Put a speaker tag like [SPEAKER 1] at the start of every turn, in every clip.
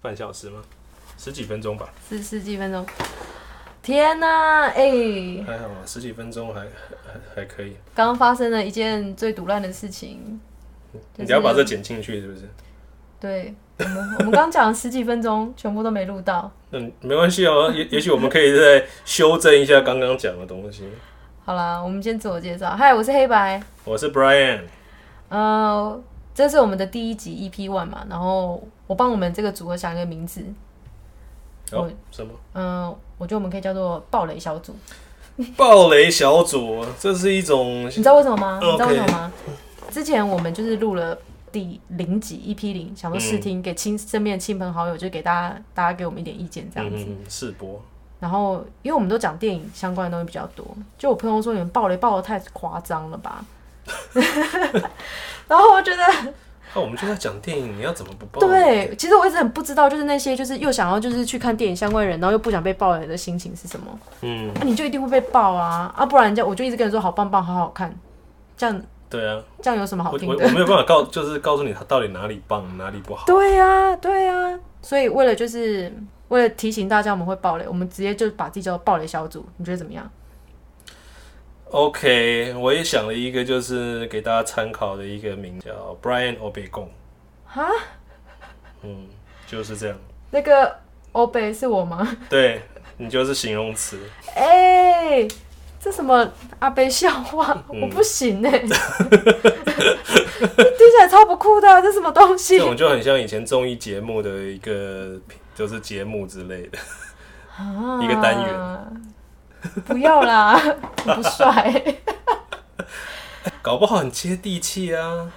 [SPEAKER 1] 半小时吗？十几分钟吧，
[SPEAKER 2] 十十几分钟。天呐、哎、
[SPEAKER 1] 还好啊，十几分钟还还还可以。
[SPEAKER 2] 刚刚发生了一件最毒烂的事情。就是
[SPEAKER 1] 你要把这剪进去是不是？
[SPEAKER 2] 对，我们我们刚讲了十几分钟，全部都没录到。
[SPEAKER 1] 嗯，没关系哦，也也许我们可以再修正一下刚刚讲的东西。
[SPEAKER 2] 好啦，我们先自我介绍。嗨，我是黑白。
[SPEAKER 1] 我是 Brian，
[SPEAKER 2] 呃，这是我们的第一集 EP One 嘛，然后我帮我们这个组合想一个名字。
[SPEAKER 1] 哦，什么？
[SPEAKER 2] 嗯、我觉得我们可以叫做暴雷小组。
[SPEAKER 1] 暴雷小组，这是一种
[SPEAKER 2] 你知道为什么吗？
[SPEAKER 1] OK
[SPEAKER 2] 你知道为什么吗？之前我们就是录了第零集 EP 零，想说试听给亲身边的亲朋好友，就给大家大家给我们一点意见这样子。
[SPEAKER 1] 嗯试播，
[SPEAKER 2] 然后因为我们都讲电影相关的东西比较多，就我朋友说你们暴雷暴的太夸张了吧。 然后我觉得，
[SPEAKER 1] 那、我们就在讲电影，你要怎么不暴雷？
[SPEAKER 2] 对，其实我一直很不知道，就是那些就是又想要就是去看电影相关的人，然后又不想被暴雷的心情是什么。
[SPEAKER 1] 嗯，
[SPEAKER 2] 那、你就一定会被爆啊啊！不然人家我就一直跟你说好棒棒，好好看，这样
[SPEAKER 1] 对啊，
[SPEAKER 2] 这样有什么好
[SPEAKER 1] 我
[SPEAKER 2] 听
[SPEAKER 1] 我
[SPEAKER 2] 的？
[SPEAKER 1] 我没有办法告，就是告诉你他到底哪里棒，哪里不好。
[SPEAKER 2] 对呀、对呀、所以为了就是为了提醒大家我们会爆雷，我们直接就把自己叫做爆雷小组，你觉得怎么样？
[SPEAKER 1] OK，我也想了一个，就是给大家参考的一个名叫 Brian o b e g o n
[SPEAKER 2] 哈，
[SPEAKER 1] 嗯，就是这样。
[SPEAKER 2] 那个欧北是我吗？
[SPEAKER 1] 对你就是形容词，
[SPEAKER 2] 哎、这什么阿北笑话？
[SPEAKER 1] 嗯
[SPEAKER 2] 我不行 哎、欸，这听起来超不酷的啊、这什么东
[SPEAKER 1] 这
[SPEAKER 2] 西？
[SPEAKER 1] 种就很像以前综艺节目的一个就是节目之类的。
[SPEAKER 2] 啊
[SPEAKER 1] 一个单
[SPEAKER 2] 元。不要啦，很不帅。
[SPEAKER 1] 搞不好很接地气啊。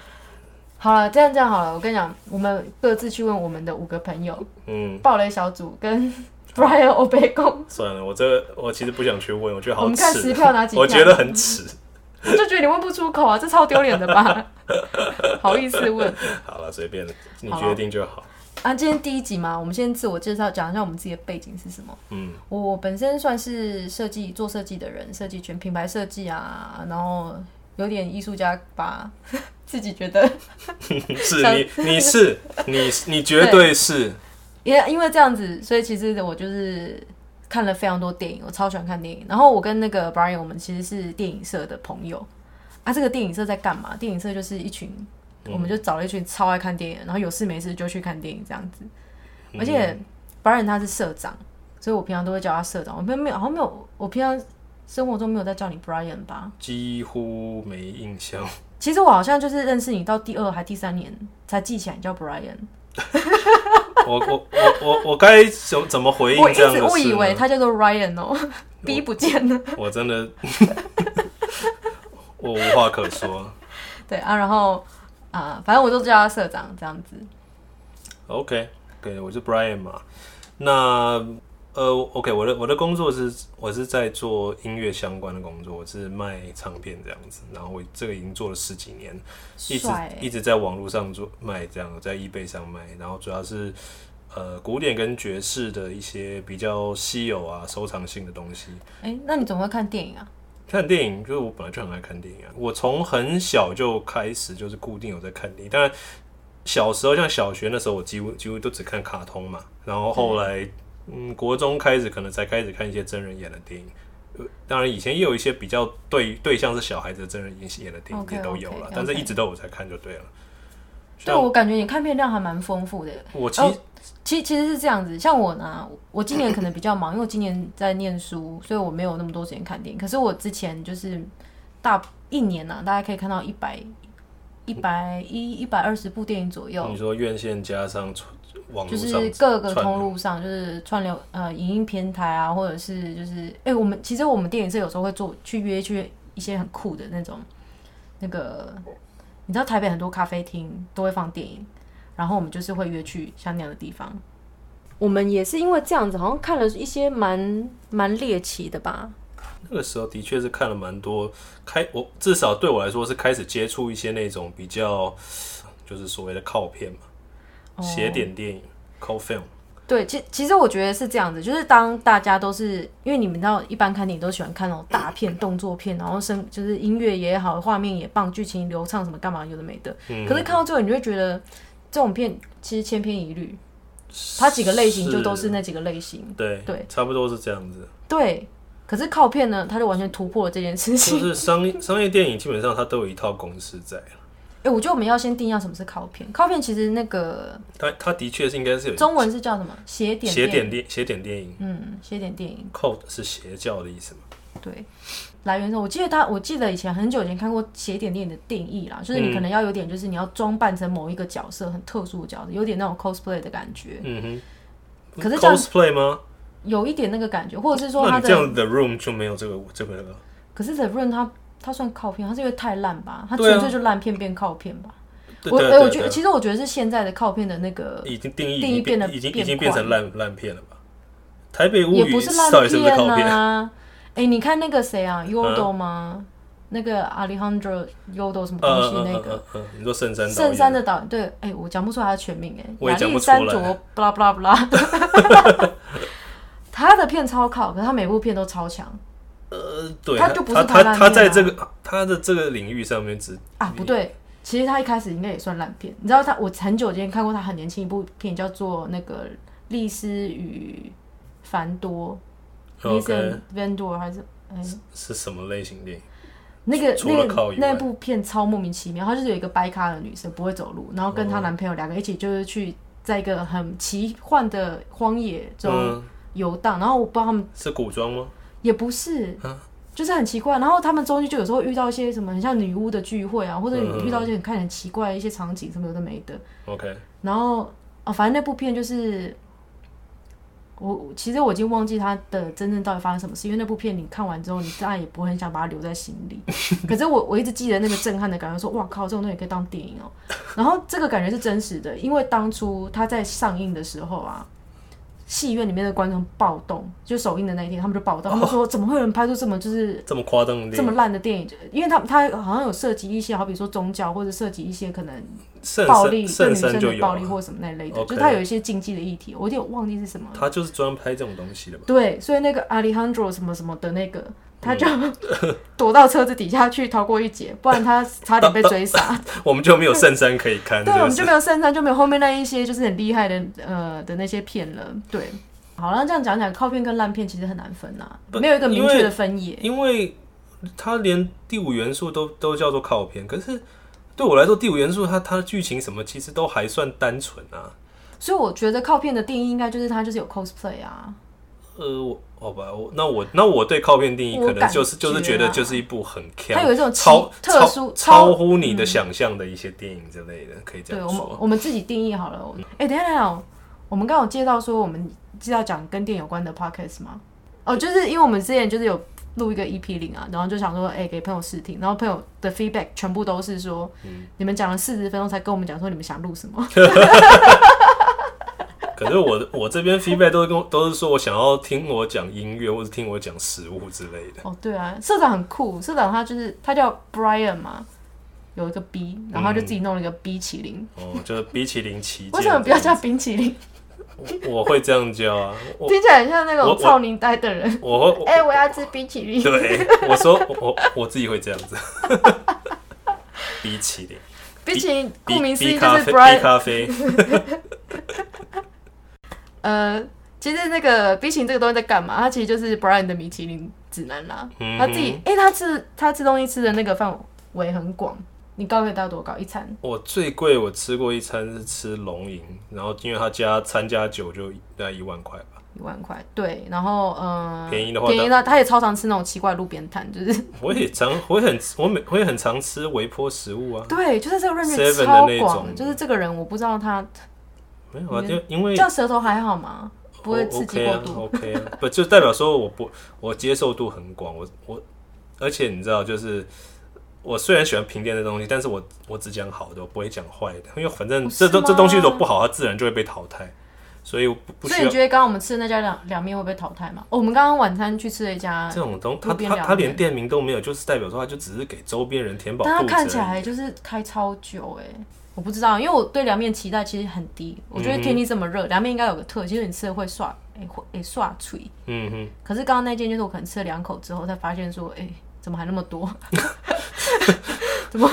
[SPEAKER 2] 好了，这样这样好了，我跟你讲，我们各自去问我们的五个朋友，
[SPEAKER 1] 嗯，
[SPEAKER 2] 暴雷小组跟 Brian 欧北共
[SPEAKER 1] 算了，我这我其实不想去问，我觉得
[SPEAKER 2] 我
[SPEAKER 1] 好
[SPEAKER 2] 们看
[SPEAKER 1] 耻
[SPEAKER 2] 十，票拿几票？
[SPEAKER 1] 我觉得很耻。
[SPEAKER 2] 我 就觉得你问不出口啊，这超丢脸的吧？ 好意思问
[SPEAKER 1] 好了，随便你
[SPEAKER 2] 好
[SPEAKER 1] 决定就好。
[SPEAKER 2] 啊？今天第一集嘛，我们先自我介绍，讲一下我们自己的背景是什么。
[SPEAKER 1] 嗯，
[SPEAKER 2] 我我本身算是设计做设计的人，设计全品牌设计啊，然后有点艺术家吧，自己觉得
[SPEAKER 1] 是
[SPEAKER 2] 想
[SPEAKER 1] 你，你是你，你绝对是。
[SPEAKER 2] 因因为这样子，所以其实我就是看了非常多电影，我超喜欢看电影。然后我跟那个 Brian，我们其实是电影社的朋友啊。这个电影社在干嘛？电影社就是一群，
[SPEAKER 1] 嗯
[SPEAKER 2] 我们就找了一群超爱看电影的，然后有事没事就去看电影这样子。
[SPEAKER 1] 嗯
[SPEAKER 2] 而且 Brian 他是社长，所以我平常都会叫他社长。我没有没有，好像没有，我平常生活中没有在叫你 Brian 吧？
[SPEAKER 1] 几乎没印象，
[SPEAKER 2] 其实我好像就是认识你到第二还第三年才记起来你叫 Brian。
[SPEAKER 1] 我我我我我该怎怎么回应
[SPEAKER 2] 我一
[SPEAKER 1] 这样
[SPEAKER 2] 直
[SPEAKER 1] 的
[SPEAKER 2] 误
[SPEAKER 1] 事
[SPEAKER 2] 以为
[SPEAKER 1] 呢？
[SPEAKER 2] 他叫做 Ryan 哦， 逼不见了。
[SPEAKER 1] 我真的， 我无话可说。
[SPEAKER 2] 对啊，然后啊、反正我都叫他社长这样子。
[SPEAKER 1] OK，对，我是 Brian 嘛。那呃，OK，我的我的工作是我是在做音乐相关的工作，我是卖唱片这样子。然后我这个已经做了十几年，一直
[SPEAKER 2] 帅欸，
[SPEAKER 1] 一直在网络上做卖这样，在 eBay 上卖。然后主要是呃古典跟爵士的一些比较稀有啊收藏性的东西。
[SPEAKER 2] 哎、那你怎么会看电影啊？
[SPEAKER 1] 看电影就是我本来就很爱看电影啊，我从很小就开始就是固定有在看电影。当然，小时候像小学那时候，我几乎几乎都只看卡通嘛。然后后来，嗯，国中开始可能才开始看一些真人演的电影。呃当然，以前也有一些比较对对象是小孩子的真人演演的电影
[SPEAKER 2] OK，
[SPEAKER 1] 也都有
[SPEAKER 2] OK，
[SPEAKER 1] 了
[SPEAKER 2] 了，
[SPEAKER 1] 但是
[SPEAKER 2] 解
[SPEAKER 1] 一直都有在看就对了。
[SPEAKER 2] 对，
[SPEAKER 1] 像
[SPEAKER 2] 我感觉你看片量还蛮丰富的。
[SPEAKER 1] 我其
[SPEAKER 2] 哦其其实是这样子，像我呢，我今年可能比较忙，因为我今年在念书，所以我没有那么多时间看电影。可是我之前就是大一年呢、啊，大概可以看到一百一百一一百二十部电影左右。
[SPEAKER 1] 你说院线加上传网
[SPEAKER 2] 就
[SPEAKER 1] 络上
[SPEAKER 2] 是各个
[SPEAKER 1] 串
[SPEAKER 2] 通路上，就是串流呃影音平台啊，或者是就是哎、我们其实我们电影社有时候会做去约去一些很酷的那种那个，你知道台北很多咖啡厅都会放电影，然后我们就是会约去像那样的地方。我们也是因为这样子，好像看了一些蛮蛮猎奇的吧。
[SPEAKER 1] 那个时候的确是看了蛮多，开我至少对我来说是开始接触一些那种比较，就是所谓的靠片嘛，
[SPEAKER 2] 哦
[SPEAKER 1] 斜点电影 c o film）。
[SPEAKER 2] 对，其其实我觉得是这样子，就是当大家都是因为你们知道，一般看电影都喜欢看那种大片动作片，然后声就是音乐也好，画面也棒，剧情流
[SPEAKER 1] 嗯
[SPEAKER 2] 畅什么干嘛有的没的。可是看到最后，你就会觉得这种片其实千篇一律，它几个类型就都是那几个类型。
[SPEAKER 1] 对
[SPEAKER 2] 对，
[SPEAKER 1] 差不多是这样 子。
[SPEAKER 2] 对，可是靠片呢，它就完全突破了这件事
[SPEAKER 1] 就
[SPEAKER 2] 情。
[SPEAKER 1] 是商业商业电影基本上它都有一套公式在，
[SPEAKER 2] 哎、我觉得我们要先定要什么是靠片。靠片其实那个
[SPEAKER 1] 它它的确是应该是有
[SPEAKER 2] 中文是叫什么？斜点
[SPEAKER 1] 邪
[SPEAKER 2] 电影
[SPEAKER 1] 点电邪点电影
[SPEAKER 2] 嗯，斜点电影。
[SPEAKER 1] ，cult 是邪教的意思嘛？
[SPEAKER 2] 对，来源是，我记得他，我记得以前很久以前看过写点电影的定义啦，就是你
[SPEAKER 1] 嗯
[SPEAKER 2] 可能要有点，就是你要装扮成某一个角色，很特殊的角色，有点那种 cosplay 的感觉，
[SPEAKER 1] 嗯哼，
[SPEAKER 2] 可是这样
[SPEAKER 1] cosplay 吗？
[SPEAKER 2] 有一点那个感觉，或者是说
[SPEAKER 1] 那
[SPEAKER 2] 他
[SPEAKER 1] 你这
[SPEAKER 2] 的，
[SPEAKER 1] 样 The Room 就没有这个这个了。
[SPEAKER 2] 可是 The Run 他他算靠片，他是因为太烂吧，他
[SPEAKER 1] 对啊
[SPEAKER 2] 纯粹就烂片变靠片吧。
[SPEAKER 1] 对
[SPEAKER 2] 我
[SPEAKER 1] 对
[SPEAKER 2] 哎，我
[SPEAKER 1] 对
[SPEAKER 2] 觉得其实我觉得是现在的靠片的那个
[SPEAKER 1] 对，已经定义
[SPEAKER 2] 定
[SPEAKER 1] 已
[SPEAKER 2] 义
[SPEAKER 1] 经
[SPEAKER 2] 变得
[SPEAKER 1] 已经已
[SPEAKER 2] 变
[SPEAKER 1] 经变成
[SPEAKER 2] 宽
[SPEAKER 1] 烂烂片了吧？台北物
[SPEAKER 2] 也
[SPEAKER 1] 语
[SPEAKER 2] 不是
[SPEAKER 1] 到
[SPEAKER 2] 烂
[SPEAKER 1] 底是不是靠片？嗯
[SPEAKER 2] 啊。哎、你看那个谁啊，Yodo 吗？那个 Alejandro Yodo 什么东西那个？
[SPEAKER 1] 嗯嗯嗯，你说圣山导
[SPEAKER 2] 圣
[SPEAKER 1] 演
[SPEAKER 2] 山的导演，对，哎、我讲不出他的全名、
[SPEAKER 1] 我也
[SPEAKER 2] 哎，亚
[SPEAKER 1] 讲
[SPEAKER 2] 历
[SPEAKER 1] 不出来
[SPEAKER 2] 山卓，布拉布拉布拉， 他的片超靠，可是他每部片都超强
[SPEAKER 1] 呃，对，
[SPEAKER 2] 他
[SPEAKER 1] 他
[SPEAKER 2] 就不是
[SPEAKER 1] 他
[SPEAKER 2] 拍烂
[SPEAKER 1] 他他在
[SPEAKER 2] 片啊
[SPEAKER 1] 这个他的这个领域上面只
[SPEAKER 2] 啊！不
[SPEAKER 1] 嗯
[SPEAKER 2] 对，其实他一开始应该也算烂片，你知道他，我很久之前看过他很年轻一部片，叫做那个《丽丝与凡多》，Lisa
[SPEAKER 1] OK
[SPEAKER 2] and Van d o r 还是哎、
[SPEAKER 1] 呃是什么类型电影？
[SPEAKER 2] 那个
[SPEAKER 1] 除了
[SPEAKER 2] 那
[SPEAKER 1] 靠
[SPEAKER 2] 个
[SPEAKER 1] 以外
[SPEAKER 2] 那部片超莫名其妙，她就是有一个掰咖的女生不会走路，然后
[SPEAKER 1] 哦
[SPEAKER 2] 跟她男朋友两个一起就是去在一个很奇幻的荒野中
[SPEAKER 1] 嗯，
[SPEAKER 2] 游荡，然后我不知道他们
[SPEAKER 1] 是古装吗？
[SPEAKER 2] 也不是，
[SPEAKER 1] 嗯
[SPEAKER 2] 就是很奇怪，然后他们中间就有时候遇到一些什么很像女巫的聚会啊，或者
[SPEAKER 1] 嗯
[SPEAKER 2] 遇到一些很看起来很奇怪的一些场景什么有的没的，
[SPEAKER 1] OK，
[SPEAKER 2] 然后哦，反正那部片就是我，其实我已经忘记它的真正到底发生什么事，因为那部片你看完之后，你再也不会很想把它留在心里。可是我我一直记得那个震撼的感觉，说哇靠，这种东西可以当电影哦。然后这个感觉是真实的，因为当初它在上映的时候啊。戏院里面的观众暴动，就首映的那一天，他们就暴动，他们说怎么会有人拍出这么就是
[SPEAKER 1] 这么夸张的
[SPEAKER 2] 这
[SPEAKER 1] 电影，
[SPEAKER 2] 么烂的电影？因为他他好像有涉及一些，好比说宗教，或者涉及一些可能
[SPEAKER 1] 圣
[SPEAKER 2] 暴力
[SPEAKER 1] 山圣
[SPEAKER 2] 对女
[SPEAKER 1] 山
[SPEAKER 2] 生
[SPEAKER 1] 就
[SPEAKER 2] 的
[SPEAKER 1] 有
[SPEAKER 2] 暴力
[SPEAKER 1] 啊，
[SPEAKER 2] 或什么那类的，
[SPEAKER 1] OK
[SPEAKER 2] 就是他有一些禁忌的议题，我有点忘记是什么了。
[SPEAKER 1] 他就是专门拍这种东西的吧？
[SPEAKER 2] 对，所以那个 Alejandro 什么什么的那个，他就
[SPEAKER 1] 嗯
[SPEAKER 2] 躲到车子底下去逃过一劫，不 然他差点被追杀。
[SPEAKER 1] 我们就没有圣山可以看，
[SPEAKER 2] 对，啊
[SPEAKER 1] 是不
[SPEAKER 2] 我们
[SPEAKER 1] 是
[SPEAKER 2] 就没有圣战，就没有后面那一些就是很厉害的呃的那些片了。对，好，那这样讲讲，靠片跟烂片其实很难分呐、
[SPEAKER 1] 不
[SPEAKER 2] 没有一个明
[SPEAKER 1] 因为
[SPEAKER 2] 确的分野。
[SPEAKER 1] 因为他连第五元素都都叫做靠片，可是对我来说，第五元素它它剧情什么其实都还算单纯啊。
[SPEAKER 2] 所以我觉得靠片的定义应该就是它就是有 cosplay 啊。
[SPEAKER 1] 呃，我好吧，我那我那我对靠片定义
[SPEAKER 2] 我
[SPEAKER 1] 可能就是
[SPEAKER 2] 感觉啊
[SPEAKER 1] 就是觉得就是一部很
[SPEAKER 2] 它
[SPEAKER 1] can，
[SPEAKER 2] 有一种奇
[SPEAKER 1] 超
[SPEAKER 2] 特
[SPEAKER 1] 超
[SPEAKER 2] 殊
[SPEAKER 1] 超乎你的想象的一些电影之类的，可以这
[SPEAKER 2] 对
[SPEAKER 1] 样
[SPEAKER 2] 我们
[SPEAKER 1] 说。
[SPEAKER 2] 我们自己定义好了。哎、等一下等一下，我们刚刚有介绍说我们是要讲跟电有关的 podcast 吗？哦，就是因为我们之前就是有录一个 EP 零啊，然后就想说，哎、给朋友试听，然后朋友的 feedback 全部都是说，
[SPEAKER 1] 嗯
[SPEAKER 2] 你们讲了四十分钟才跟我们讲说你们想录什么。
[SPEAKER 1] 可是我我这边 feedback 都是跟我都是说我想要听我讲音乐，或者听我讲食物之类的。
[SPEAKER 2] 哦，对啊，社长很酷，社长他就是他叫 Brian 嘛，有一个 B，然后他就自己弄了一
[SPEAKER 1] 嗯
[SPEAKER 2] 个 B 麒麟。
[SPEAKER 1] 哦，就是冰淇淋旗舰
[SPEAKER 2] 为
[SPEAKER 1] 这
[SPEAKER 2] 什
[SPEAKER 1] 样子。
[SPEAKER 2] 么不要叫冰淇淋？
[SPEAKER 1] 我？我会这样叫啊，我
[SPEAKER 2] 听起来很像那
[SPEAKER 1] 我
[SPEAKER 2] 种
[SPEAKER 1] 我
[SPEAKER 2] 操宁呆的人。
[SPEAKER 1] 我会我
[SPEAKER 2] 哎、我要吃冰淇 淋。
[SPEAKER 1] 对，我说我我我自己会这样子，冰淇淋，
[SPEAKER 2] 冰淇淋
[SPEAKER 1] 比
[SPEAKER 2] 顾名思义
[SPEAKER 1] 比
[SPEAKER 2] 就
[SPEAKER 1] 咖
[SPEAKER 2] 是
[SPEAKER 1] 啡，
[SPEAKER 2] Brian
[SPEAKER 1] 比咖啡，
[SPEAKER 2] 呃，其实那个冰淇淋这个东西在干嘛？它其实就是 Brian 的米其林指南啦。
[SPEAKER 1] 嗯哼
[SPEAKER 2] 他自己，哎、他吃他吃东西吃的那个范围很广，你高可以到多高一餐？
[SPEAKER 1] 我最贵我吃过一餐是吃龙吟，然后因为他加餐加酒就大概一万块吧，
[SPEAKER 2] 一万块，对，然后嗯，
[SPEAKER 1] 便宜的话嗯
[SPEAKER 2] 便宜到他也超常吃那种奇怪路边摊，就是，
[SPEAKER 1] 我也常我也很我每我也很常吃微波食物啊
[SPEAKER 2] 对，就是这个 range
[SPEAKER 1] Seven
[SPEAKER 2] 超
[SPEAKER 1] 的那
[SPEAKER 2] 广，
[SPEAKER 1] 种
[SPEAKER 2] 就是这个人我不知道他
[SPEAKER 1] 没有啊，
[SPEAKER 2] 嗯
[SPEAKER 1] 就因为
[SPEAKER 2] 这样舌头还好吗？不会刺激
[SPEAKER 1] OK
[SPEAKER 2] 过
[SPEAKER 1] 啊
[SPEAKER 2] 度，
[SPEAKER 1] ，OK 啊，不就代表说我不我接受度很广，我我而且你知道就是。我虽然喜欢评鉴的东西，但是我我只讲好的，我不会讲坏的，因为反正
[SPEAKER 2] 哦
[SPEAKER 1] 这
[SPEAKER 2] 是
[SPEAKER 1] 东、这
[SPEAKER 2] 吗
[SPEAKER 1] 东西如果不好，它自然就会被淘汰，所以我不不
[SPEAKER 2] 所
[SPEAKER 1] 需
[SPEAKER 2] 以
[SPEAKER 1] 要
[SPEAKER 2] 你觉得刚刚我们吃的那家两两面会被淘汰吗？哦我们刚刚晚餐去吃了一家
[SPEAKER 1] 这，种东，
[SPEAKER 2] 路
[SPEAKER 1] 他
[SPEAKER 2] 边
[SPEAKER 1] 他
[SPEAKER 2] 凉
[SPEAKER 1] 他
[SPEAKER 2] 面
[SPEAKER 1] 连店名都没有，就是代表说他就只是给周边人填饱
[SPEAKER 2] 但
[SPEAKER 1] 肚子。
[SPEAKER 2] 它看起，来就是开超久哎、我不知道，因为我对凉面期待其实很低。我
[SPEAKER 1] 嗯
[SPEAKER 2] 觉得天气这么热，凉、面应该有个特性，就是你吃了会刷，哎、会哎、刷嘴。
[SPEAKER 1] 嗯哼，
[SPEAKER 2] 可是刚 刚那间就是我可能吃了两口之后才发现说，哎、怎么还那么多？
[SPEAKER 1] 我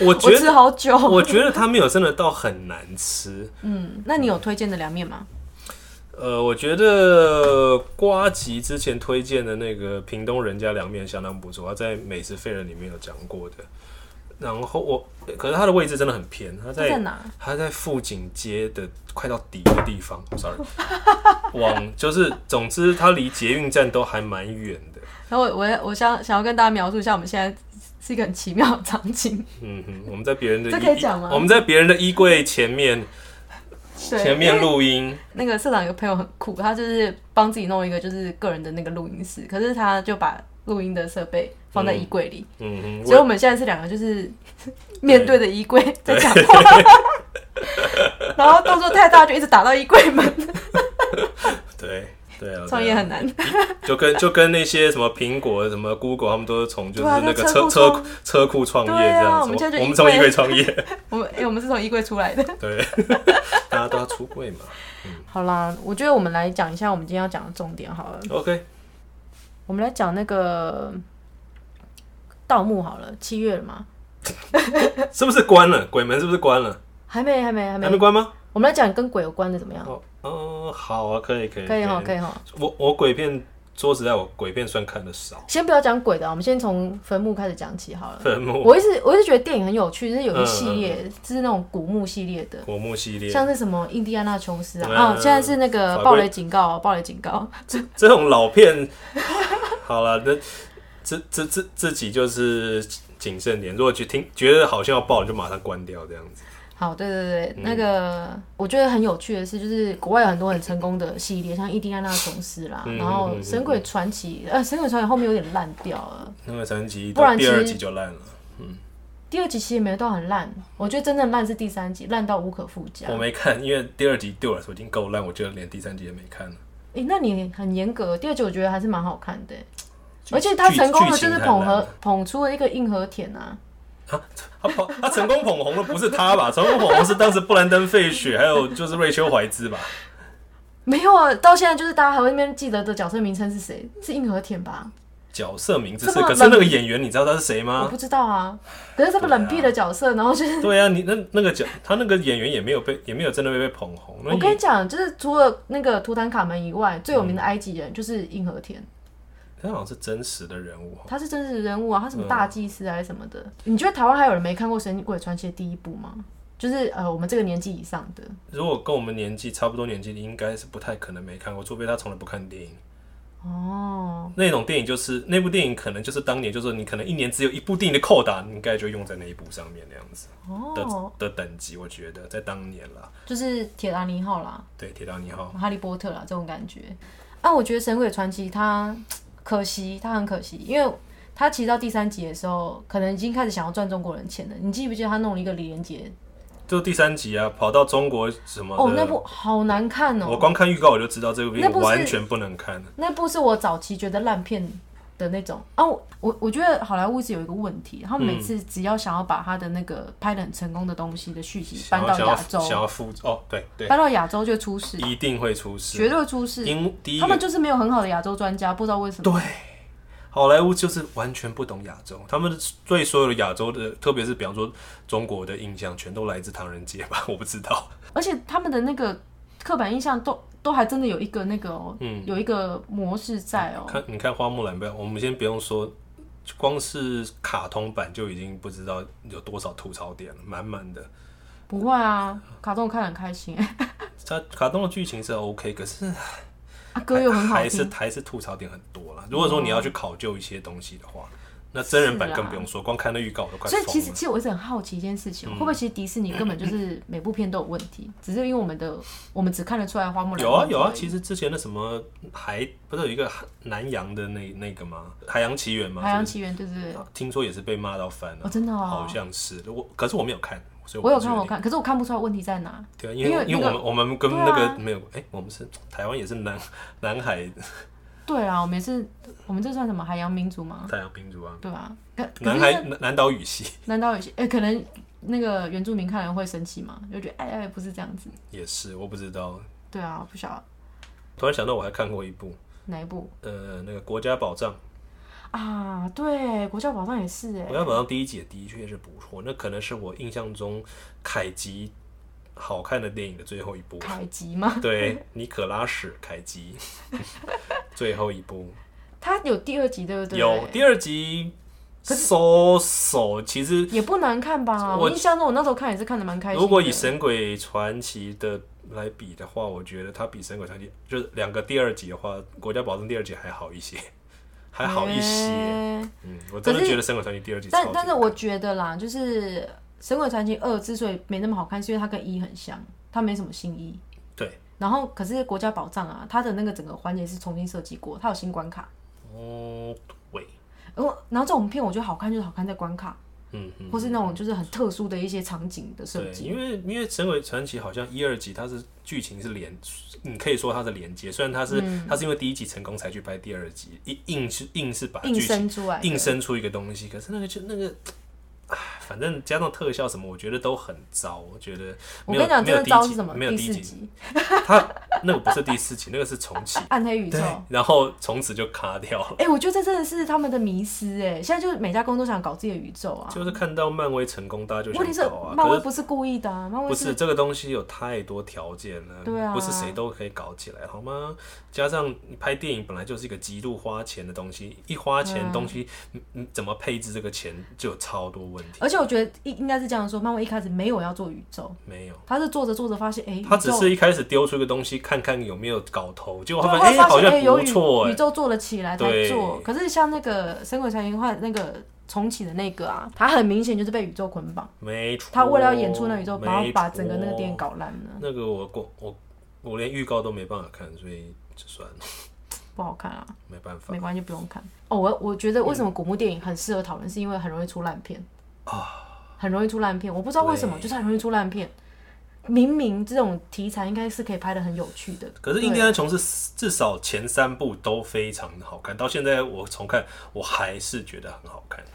[SPEAKER 2] 我
[SPEAKER 1] 觉
[SPEAKER 2] 吃
[SPEAKER 1] 得
[SPEAKER 2] 好久。
[SPEAKER 1] 我觉得它没有真的到很难吃。
[SPEAKER 2] 嗯，那你有推荐的凉面吗？
[SPEAKER 1] 呃，我觉得瓜吉之前推荐的那个屏东人家凉面相当不错，他在美食废人里面有讲过的。然后我，可是它的位置真的很偏，它
[SPEAKER 2] 它
[SPEAKER 1] 在
[SPEAKER 2] 在哪？
[SPEAKER 1] 它在富锦街的快到底的地方，sorry，往就是总之它离捷运站都还蛮远的。
[SPEAKER 2] 然后我我我想想要跟大家描述一下，我们现在是一个很奇妙的场景。
[SPEAKER 1] 嗯哼，我们在别人的
[SPEAKER 2] 这
[SPEAKER 1] 衣
[SPEAKER 2] 可以讲吗
[SPEAKER 1] 我们在别人的衣柜前面
[SPEAKER 2] 对，
[SPEAKER 1] 前面录音，
[SPEAKER 2] 那个社长有个朋友很酷，他就是帮自己弄一个就是个人的那个录音室，可是他就把录音的设备放在衣柜里，
[SPEAKER 1] 嗯哼，
[SPEAKER 2] 所以我
[SPEAKER 1] 我
[SPEAKER 2] 们现在是两个就是面对着衣柜在讲话， 然后动作太大就一直打到衣柜门，
[SPEAKER 1] 对对啊，
[SPEAKER 2] 创
[SPEAKER 1] 对
[SPEAKER 2] 业
[SPEAKER 1] 啊
[SPEAKER 2] 很难。
[SPEAKER 1] 就跟就跟那些什么苹果、什么 Google，他们都是从就是
[SPEAKER 2] 对啊
[SPEAKER 1] 那个
[SPEAKER 2] 在
[SPEAKER 1] 车
[SPEAKER 2] 车库
[SPEAKER 1] 车
[SPEAKER 2] 创
[SPEAKER 1] 车库创业
[SPEAKER 2] 对啊
[SPEAKER 1] 这样
[SPEAKER 2] 我
[SPEAKER 1] 子，
[SPEAKER 2] 们现在就
[SPEAKER 1] 我们
[SPEAKER 2] 衣柜
[SPEAKER 1] 从衣柜创业，
[SPEAKER 2] 我们哎、我们是从衣柜出来的。
[SPEAKER 1] 对，大家都要出柜嘛。
[SPEAKER 2] 好啦，我觉得我们来讲一下我们今天要讲的重点好了，
[SPEAKER 1] OK，
[SPEAKER 2] 我们来讲那个盗墓好了，七月了嘛，
[SPEAKER 1] 是不是关了？鬼门是不是关了？
[SPEAKER 2] 还没还没还嗯没
[SPEAKER 1] 还没，关吗？
[SPEAKER 2] 我们来讲跟鬼有关的怎么样？
[SPEAKER 1] 哦哦，好啊，可以可以
[SPEAKER 2] 可以哦哈，可以哈。
[SPEAKER 1] 我我鬼片说实在，我鬼片算看的少，
[SPEAKER 2] 先不要讲鬼的啊，我们先从坟墓开始讲起好了。
[SPEAKER 1] 坟墓、
[SPEAKER 2] 我一直我一直觉得电影很有趣，就是有一系列，
[SPEAKER 1] 哦嗯
[SPEAKER 2] 就是那种古墓系列的，
[SPEAKER 1] 国墓系列，
[SPEAKER 2] 像是什么印第安纳琼斯啊，
[SPEAKER 1] 嗯
[SPEAKER 2] 啊，现在是那个
[SPEAKER 1] 法
[SPEAKER 2] 暴
[SPEAKER 1] 国
[SPEAKER 2] 雷警告哦，暴雷警告。
[SPEAKER 1] 这种老片， 好了，那自自自自己就是谨慎点。如果觉听觉得好像要爆，你就马上关掉这样子。
[SPEAKER 2] 好，对对对，
[SPEAKER 1] 嗯
[SPEAKER 2] 那个我觉得很有趣的是，就是国外有很多很成功的系列，像印第安纳琼斯啦，
[SPEAKER 1] 嗯
[SPEAKER 2] 然后
[SPEAKER 1] 嗯嗯嗯
[SPEAKER 2] 神鬼传奇，呃，神鬼传奇后面有点烂掉了。
[SPEAKER 1] 那个三集
[SPEAKER 2] 不
[SPEAKER 1] 到
[SPEAKER 2] 然
[SPEAKER 1] 第二
[SPEAKER 2] 其实
[SPEAKER 1] 集就烂了，
[SPEAKER 2] 第二集其实也没有到很烂，我觉得真正烂是第三集，烂到无可复加。
[SPEAKER 1] 我没看，因为第二集对我来说已经够烂，我觉得连第三集也没看了。
[SPEAKER 2] 诶、那你很严格。第二集我觉得还是蛮好看的，
[SPEAKER 1] 剧
[SPEAKER 2] 而且他成功的就
[SPEAKER 1] 剧情
[SPEAKER 2] 是捧。
[SPEAKER 1] 太烂
[SPEAKER 2] 和
[SPEAKER 1] 了
[SPEAKER 2] 捧出了一个硬核舔啊，
[SPEAKER 1] 他捧他成功捧红的不是他吧？成 功捧红是当时布兰登·费雪，还有就是瑞秋·怀兹吧？
[SPEAKER 2] 没有啊，到现在就是大家还会那边记得的角色名称是谁，是硬核舔吧？
[SPEAKER 1] 角色名字是，
[SPEAKER 2] 这
[SPEAKER 1] 可
[SPEAKER 2] 么冷
[SPEAKER 1] 是那个演员你知道他是谁
[SPEAKER 2] 我
[SPEAKER 1] 吗？
[SPEAKER 2] 不知道啊，可是这么冷僻的角色，然后就是
[SPEAKER 1] 对啊，你那那个角他那个演员也没有被也没有真的被被捧红。那
[SPEAKER 2] 我跟你讲，就是除了那个图坦卡门以外，最有名的埃及人就是硬核舔，
[SPEAKER 1] 他好像是真实的人物哦，
[SPEAKER 2] 他是真实人物啊，他什么大祭司还是什么的。你觉得台湾还有人没看过《神鬼传奇》的第一部吗？就是呃，我们这个年纪以上的，
[SPEAKER 1] 如果跟我们年纪差不多年纪，应该是不太可能没看过，除非他从来不看电影。
[SPEAKER 2] 哦，
[SPEAKER 1] 那种电影就是那部电影，可能就是当年就是你可能一年只有一部电影的扣打，你应该就用在那一部上面那样子的、
[SPEAKER 2] 哦，
[SPEAKER 1] 的等级，我觉得在当年啦。
[SPEAKER 2] 就是铁达尼号啦，
[SPEAKER 1] 对，铁达尼号，
[SPEAKER 2] 哈利波特啦这种感觉。啊，我觉得《神鬼传奇》它可惜，它很可惜，因为它其实到第三集的时候，可能已经开始想要赚中国人钱了。你记不记得他弄了一个李连杰？
[SPEAKER 1] 就第三集啊，跑到中国什么的
[SPEAKER 2] 哦，那部好难看
[SPEAKER 1] 我
[SPEAKER 2] 哦，
[SPEAKER 1] 光看预告我就知道这部
[SPEAKER 2] 那
[SPEAKER 1] 片
[SPEAKER 2] 部是
[SPEAKER 1] 完全不能看。
[SPEAKER 2] 那部是我早期觉得烂片的那种。啊，我我我觉得好莱坞一直有一个问题，他
[SPEAKER 1] 嗯
[SPEAKER 2] 们每次只要想要把他的那个拍的很成功的东西的续集搬
[SPEAKER 1] 想要想
[SPEAKER 2] 到
[SPEAKER 1] 要
[SPEAKER 2] 亚洲，
[SPEAKER 1] 想要复哦，对对，
[SPEAKER 2] 搬到亚洲就会出事，
[SPEAKER 1] 一定会出
[SPEAKER 2] 绝
[SPEAKER 1] 事。
[SPEAKER 2] 对会出事。
[SPEAKER 1] 因第一
[SPEAKER 2] 他
[SPEAKER 1] 个
[SPEAKER 2] 们就是没有很好的亚洲专家，不知道为什么。
[SPEAKER 1] 对，好莱坞就是完全不懂亚洲，他们对所有的亚洲的，特别是比方说中国的印象，全都来自唐人街吧？我不知道，
[SPEAKER 2] 而且他们的那个刻板印象都都还真的有一个那个哦，有一个模式在哦。
[SPEAKER 1] 嗯看你看花木兰不要，我们先不用说，光是卡通版就已经不知道有多少吐槽点了，满满的。
[SPEAKER 2] 不会啊，卡通我看得很开心哎，
[SPEAKER 1] 它卡通的剧情是 OK，可是
[SPEAKER 2] 啊歌又很好
[SPEAKER 1] 还是
[SPEAKER 2] 听，
[SPEAKER 1] 还是吐槽点很多啦。如果说你要去考究一些东西的话，那真人版
[SPEAKER 2] 是啊
[SPEAKER 1] 更不用说，光看那预告我都快
[SPEAKER 2] 所以其
[SPEAKER 1] 疯
[SPEAKER 2] 实
[SPEAKER 1] 了。嗯
[SPEAKER 2] 其实我一直很好奇一件事情，会不会其实迪士尼根本就是每部片都有问题，只是因为我们的我们只看得出来花木兰
[SPEAKER 1] 有啊
[SPEAKER 2] 问题
[SPEAKER 1] 有啊
[SPEAKER 2] 而，已
[SPEAKER 1] 其实之前的什么海不是有一个南洋的那那个吗？海洋奇缘吗？
[SPEAKER 2] 海洋奇缘就是
[SPEAKER 1] 听说也是被骂到翻了、
[SPEAKER 2] 哦真的
[SPEAKER 1] 好
[SPEAKER 2] 哦，
[SPEAKER 1] 像是我，可是我没有看，所以
[SPEAKER 2] 我有
[SPEAKER 1] 不确
[SPEAKER 2] 看我
[SPEAKER 1] 定。
[SPEAKER 2] 看，可是我看不出来问题在哪。
[SPEAKER 1] 对啊，因为
[SPEAKER 2] 因
[SPEAKER 1] 因
[SPEAKER 2] 为
[SPEAKER 1] 为我
[SPEAKER 2] 那个
[SPEAKER 1] 们我们跟
[SPEAKER 2] 对
[SPEAKER 1] 那
[SPEAKER 2] 啊
[SPEAKER 1] 个没有，哎，我们是台湾也是南南海
[SPEAKER 2] 对啊，我们也是我们这算什么海洋民族吗？
[SPEAKER 1] 太阳民族啊，
[SPEAKER 2] 对吧？可可
[SPEAKER 1] 南
[SPEAKER 2] 是
[SPEAKER 1] 海南南岛语系
[SPEAKER 2] 难道有些哎、可能那个原住民看了会生气吗？就觉得哎哎，不是这样子。
[SPEAKER 1] 也是，我不知道。
[SPEAKER 2] 对啊，不晓得
[SPEAKER 1] 突然想到，我还看过一部
[SPEAKER 2] 哪一部
[SPEAKER 1] 呃，那个《国家宝藏》，
[SPEAKER 2] 啊，对，国教宝藏也是哎
[SPEAKER 1] 我，要马上第一集也的确是不错，那可能是我印象中凯吉好看的电影的最后一 部。
[SPEAKER 2] 凯吉吗？
[SPEAKER 1] 对，尼可拉史凯吉 最后一部
[SPEAKER 2] 他有第二集对不对？
[SPEAKER 1] 有第二集搜手，其实
[SPEAKER 2] 也不难看吧？
[SPEAKER 1] 我
[SPEAKER 2] 我印象中我那时候看也是看的蛮开心的。
[SPEAKER 1] 如果以《神鬼传奇》的来比的话，我觉得它比《神鬼传奇》就是两个第二集的话，《国家保证》第二集还好一些， 还好一些。
[SPEAKER 2] 欸
[SPEAKER 1] 嗯，我真的
[SPEAKER 2] 可是
[SPEAKER 1] 觉得《神鬼传奇》第二集超级
[SPEAKER 2] 但
[SPEAKER 1] 好看，
[SPEAKER 2] 但是我觉得啦，就是《神鬼传奇二》之所以没那么好看，是因为它跟一很像，它没什么新意。
[SPEAKER 1] 对
[SPEAKER 2] 然后可是国家宝藏啊，它的那个整个环节是重新设计过，它有新关卡。
[SPEAKER 1] 哦，对，
[SPEAKER 2] 然后然后这种片我觉得好看就是好看在关卡，
[SPEAKER 1] 嗯嗯，
[SPEAKER 2] 或是那种就是很特殊的一些场景的设
[SPEAKER 1] 对，
[SPEAKER 2] 计。
[SPEAKER 1] 因为因为《神鬼传奇》好像一二集它是剧情是连，你可以说它是连接，虽然它是、
[SPEAKER 2] 嗯
[SPEAKER 1] 它是因为第一集成功才去拍第二集，硬硬是硬是把
[SPEAKER 2] 硬
[SPEAKER 1] 剧情
[SPEAKER 2] 生出来的，
[SPEAKER 1] 硬生出一个东西，可是那个就那个。唉反正加上特效什么，我觉得都很糟。我觉得
[SPEAKER 2] 我
[SPEAKER 1] 没
[SPEAKER 2] 跟
[SPEAKER 1] 有
[SPEAKER 2] 你讲，
[SPEAKER 1] 没
[SPEAKER 2] 真
[SPEAKER 1] 有
[SPEAKER 2] 的
[SPEAKER 1] 第
[SPEAKER 2] 招
[SPEAKER 1] 一
[SPEAKER 2] 是什
[SPEAKER 1] 集
[SPEAKER 2] 么？，
[SPEAKER 1] 没有
[SPEAKER 2] 第
[SPEAKER 1] 第一
[SPEAKER 2] 四
[SPEAKER 1] 集，
[SPEAKER 2] 集，
[SPEAKER 1] 它 那个不是第四集，那个是重启
[SPEAKER 2] 暗黑宇宙
[SPEAKER 1] 对。，然后从此就卡掉了。
[SPEAKER 2] 哎、我觉得这真的是他们的迷失哎、现在就是每家公司都想搞自己的宇宙啊。
[SPEAKER 1] 就是看到漫威成功，大家就
[SPEAKER 2] 问题是
[SPEAKER 1] 想搞啊。
[SPEAKER 2] 漫威
[SPEAKER 1] 可是
[SPEAKER 2] 不是故意的、啊，漫威
[SPEAKER 1] 不是这个东西有太多条件了，
[SPEAKER 2] 对啊
[SPEAKER 1] 不是谁都可以搞起来，好吗？加上你拍电影本来就是一个极度花钱的东西，一花
[SPEAKER 2] 嗯
[SPEAKER 1] 钱东西，你你怎么配置这个钱就有超多问题。
[SPEAKER 2] 而且我觉得应应该是这样说，漫威一开始没有要做宇宙，
[SPEAKER 1] 没有，
[SPEAKER 2] 他是做着做着发现，哎、宇
[SPEAKER 1] 他只
[SPEAKER 2] 宙
[SPEAKER 1] 是一开始丢出一个东西，看看有没有搞头，结果
[SPEAKER 2] 对
[SPEAKER 1] 他
[SPEAKER 2] 啊后
[SPEAKER 1] 们
[SPEAKER 2] 来
[SPEAKER 1] 哎、
[SPEAKER 2] 发
[SPEAKER 1] 好
[SPEAKER 2] 现
[SPEAKER 1] 像
[SPEAKER 2] 哎、有
[SPEAKER 1] 不
[SPEAKER 2] 宇
[SPEAKER 1] 错哎、
[SPEAKER 2] 宇宙做了起来才
[SPEAKER 1] 对
[SPEAKER 2] 做，可是像那个《神鬼传奇》换那个重启的那个啊，他很明显就是被宇宙捆绑，
[SPEAKER 1] 没错。
[SPEAKER 2] 他为了要演出那宇宙，然后
[SPEAKER 1] 没
[SPEAKER 2] 把
[SPEAKER 1] 错
[SPEAKER 2] 整个那个电影搞烂了，
[SPEAKER 1] 那个我我我我连预告都没办法看，所以就算了，
[SPEAKER 2] 不好看啊。
[SPEAKER 1] 没办法
[SPEAKER 2] 没关系，不用看。哦，我我觉得为什么古墓电影很适合讨论，是因为很容易出烂片啊，很容易出烂片。我不知道为什么，
[SPEAKER 1] 对
[SPEAKER 2] 就是很容易出烂片。明明这种题材应该是可以拍的很有趣的，
[SPEAKER 1] 可是《印第安琼斯》至少前三部都非常的好看，到现在我重看，我还是觉得很好看。
[SPEAKER 2] 哦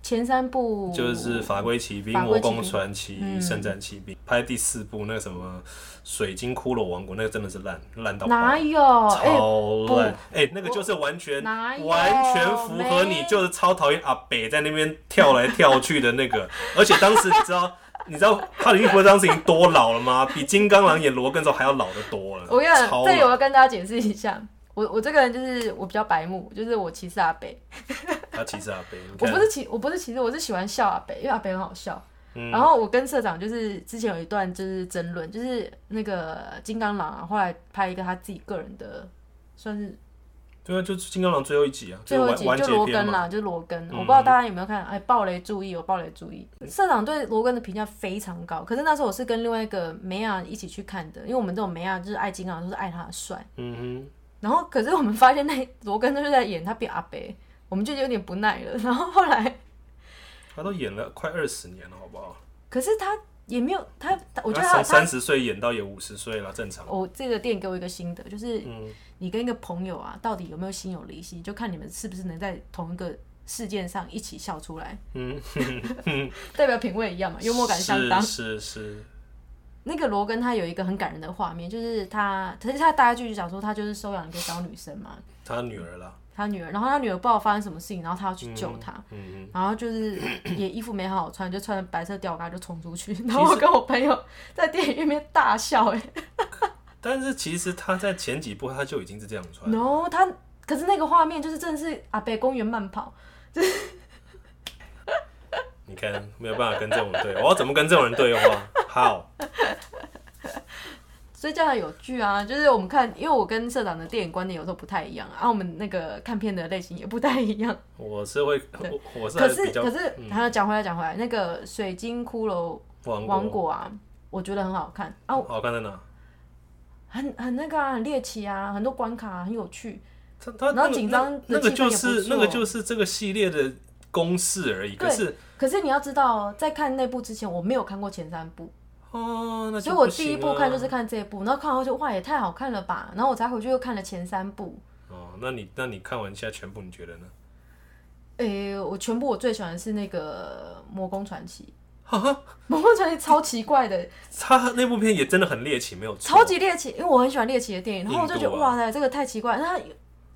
[SPEAKER 2] 前三部
[SPEAKER 1] 就是《法规骑兵》
[SPEAKER 2] 法
[SPEAKER 1] 《魔
[SPEAKER 2] 规骑兵嗯
[SPEAKER 1] 宫传奇》圣战骑兵》，拍第四部那个什么《水晶骷髅王国》，那个真的是烂烂到爆，
[SPEAKER 2] 哪有？哎、
[SPEAKER 1] 超烂！哎、那个
[SPEAKER 2] 我
[SPEAKER 1] 就是完全
[SPEAKER 2] 哪有
[SPEAKER 1] 完全符合你
[SPEAKER 2] 没，
[SPEAKER 1] 就是超讨厌阿北在那边跳来跳去的那个。而且当时你知道，你知道哈利·波特当时已经多老了吗？比金刚狼演罗根之后还要老得多了。
[SPEAKER 2] 我跟你讲，
[SPEAKER 1] 超
[SPEAKER 2] 这里我
[SPEAKER 1] 老
[SPEAKER 2] 要跟大家解释一下，我我这个人就是我比较白目，就是我歧视阿北，
[SPEAKER 1] 他其实阿北，你
[SPEAKER 2] 我
[SPEAKER 1] 看
[SPEAKER 2] 不是歧我不是歧视，我是喜欢笑阿北，因为阿北很好笑。
[SPEAKER 1] 嗯
[SPEAKER 2] 然后我跟社长就是之前有一段就是争论，就是那个金刚狼啊，后来拍一个他自己个人的，算是
[SPEAKER 1] 对啊，就是《金刚狼》最后一集啊，
[SPEAKER 2] 最后一
[SPEAKER 1] 完
[SPEAKER 2] 集
[SPEAKER 1] 完
[SPEAKER 2] 就
[SPEAKER 1] 结
[SPEAKER 2] 罗
[SPEAKER 1] 篇
[SPEAKER 2] 根
[SPEAKER 1] 嘛。嗯
[SPEAKER 2] 啦，就是罗根。我不知道大家有没有看，哎，暴雷注意，有暴雷注意。社长对罗根的评价非常高，可是那时候我是跟另外一个梅亚一起去看的，因为我们这种梅亚就是爱金刚狼，都是爱他的帅。
[SPEAKER 1] 嗯
[SPEAKER 2] 然后可是我们发现那罗根就是在演他变阿北，我们就有点不耐了。然后后来，
[SPEAKER 1] 哼，他都演了快二十年了，好不好？
[SPEAKER 2] 可是他也没有他，他我觉得
[SPEAKER 1] 他从
[SPEAKER 2] 他他
[SPEAKER 1] 三十岁演到也五十岁了，正常。
[SPEAKER 2] 我这个店给我一个心得，就是
[SPEAKER 1] 嗯
[SPEAKER 2] 你跟一个朋友啊，到底有没有心有灵犀，就看你们是不是能在同一个事件上一起笑出来，
[SPEAKER 1] 嗯，
[SPEAKER 2] 代表品味一样嘛，幽默感相当。
[SPEAKER 1] 是是是，
[SPEAKER 2] 那个罗根他有一个很感人的画面，就是他，可是他大家就讲说他就是收养一个小女生嘛，
[SPEAKER 1] 他女儿啦。
[SPEAKER 2] 他女儿，然后他女儿不知道发生什么事情，然后他要去救她。
[SPEAKER 1] 嗯
[SPEAKER 2] 然后就是 也衣服没好好穿，就穿白色吊嘎就冲出去，然后我跟我朋友在电影院里面大笑、哎，
[SPEAKER 1] 哼，但是其实他在前几部他就已经是这样穿，
[SPEAKER 2] 然后他可是那个画面就是真的是阿北公园慢跑，
[SPEAKER 1] 你看没有办法跟这种人对话，我要怎么跟这种人对话？ 好，
[SPEAKER 2] 所以这样有趣啊，就是我们看，因为我跟社长的电影观念有时候不太一样啊，我们那个看片的类型也不太一样。
[SPEAKER 1] 我是会，我我是
[SPEAKER 2] 可
[SPEAKER 1] 还
[SPEAKER 2] 是
[SPEAKER 1] 比较嗯
[SPEAKER 2] 可是，还有讲回来讲回来，那个水晶骷髅
[SPEAKER 1] 王
[SPEAKER 2] 王国啊，我觉得很好看啊，
[SPEAKER 1] 哦好看在哪？
[SPEAKER 2] 很很那个啊，很猎奇啊，很多关卡、啊、很有趣。
[SPEAKER 1] 他他
[SPEAKER 2] 然后
[SPEAKER 1] 那个
[SPEAKER 2] 紧张的
[SPEAKER 1] 那个
[SPEAKER 2] 气氛
[SPEAKER 1] 就
[SPEAKER 2] 也不
[SPEAKER 1] 是
[SPEAKER 2] 错
[SPEAKER 1] 那个就是这个系列的公式而已。可
[SPEAKER 2] 对
[SPEAKER 1] 是
[SPEAKER 2] 可是你要知道哦，在看那部之前，我没有看过前三部，
[SPEAKER 1] 哦，那就
[SPEAKER 2] 所以我
[SPEAKER 1] 不
[SPEAKER 2] 第一
[SPEAKER 1] 行
[SPEAKER 2] 部看
[SPEAKER 1] 啊
[SPEAKER 2] 就是看这一部，然后看完后就哇也太好看了吧，然后我才回去又看了前三部。
[SPEAKER 1] 哦，那你那你看完现在全部，你觉得呢？
[SPEAKER 2] 诶、我全部我最喜欢的是那个《魔宫传奇》，
[SPEAKER 1] 哈，
[SPEAKER 2] 《魔宫传奇》超奇怪的，
[SPEAKER 1] 他那部片也真的很猎奇，没有错
[SPEAKER 2] 超级猎奇，因为我很喜欢猎奇的电影，然后我就觉得、
[SPEAKER 1] 印度啊
[SPEAKER 2] 哇塞，这个太奇怪。那它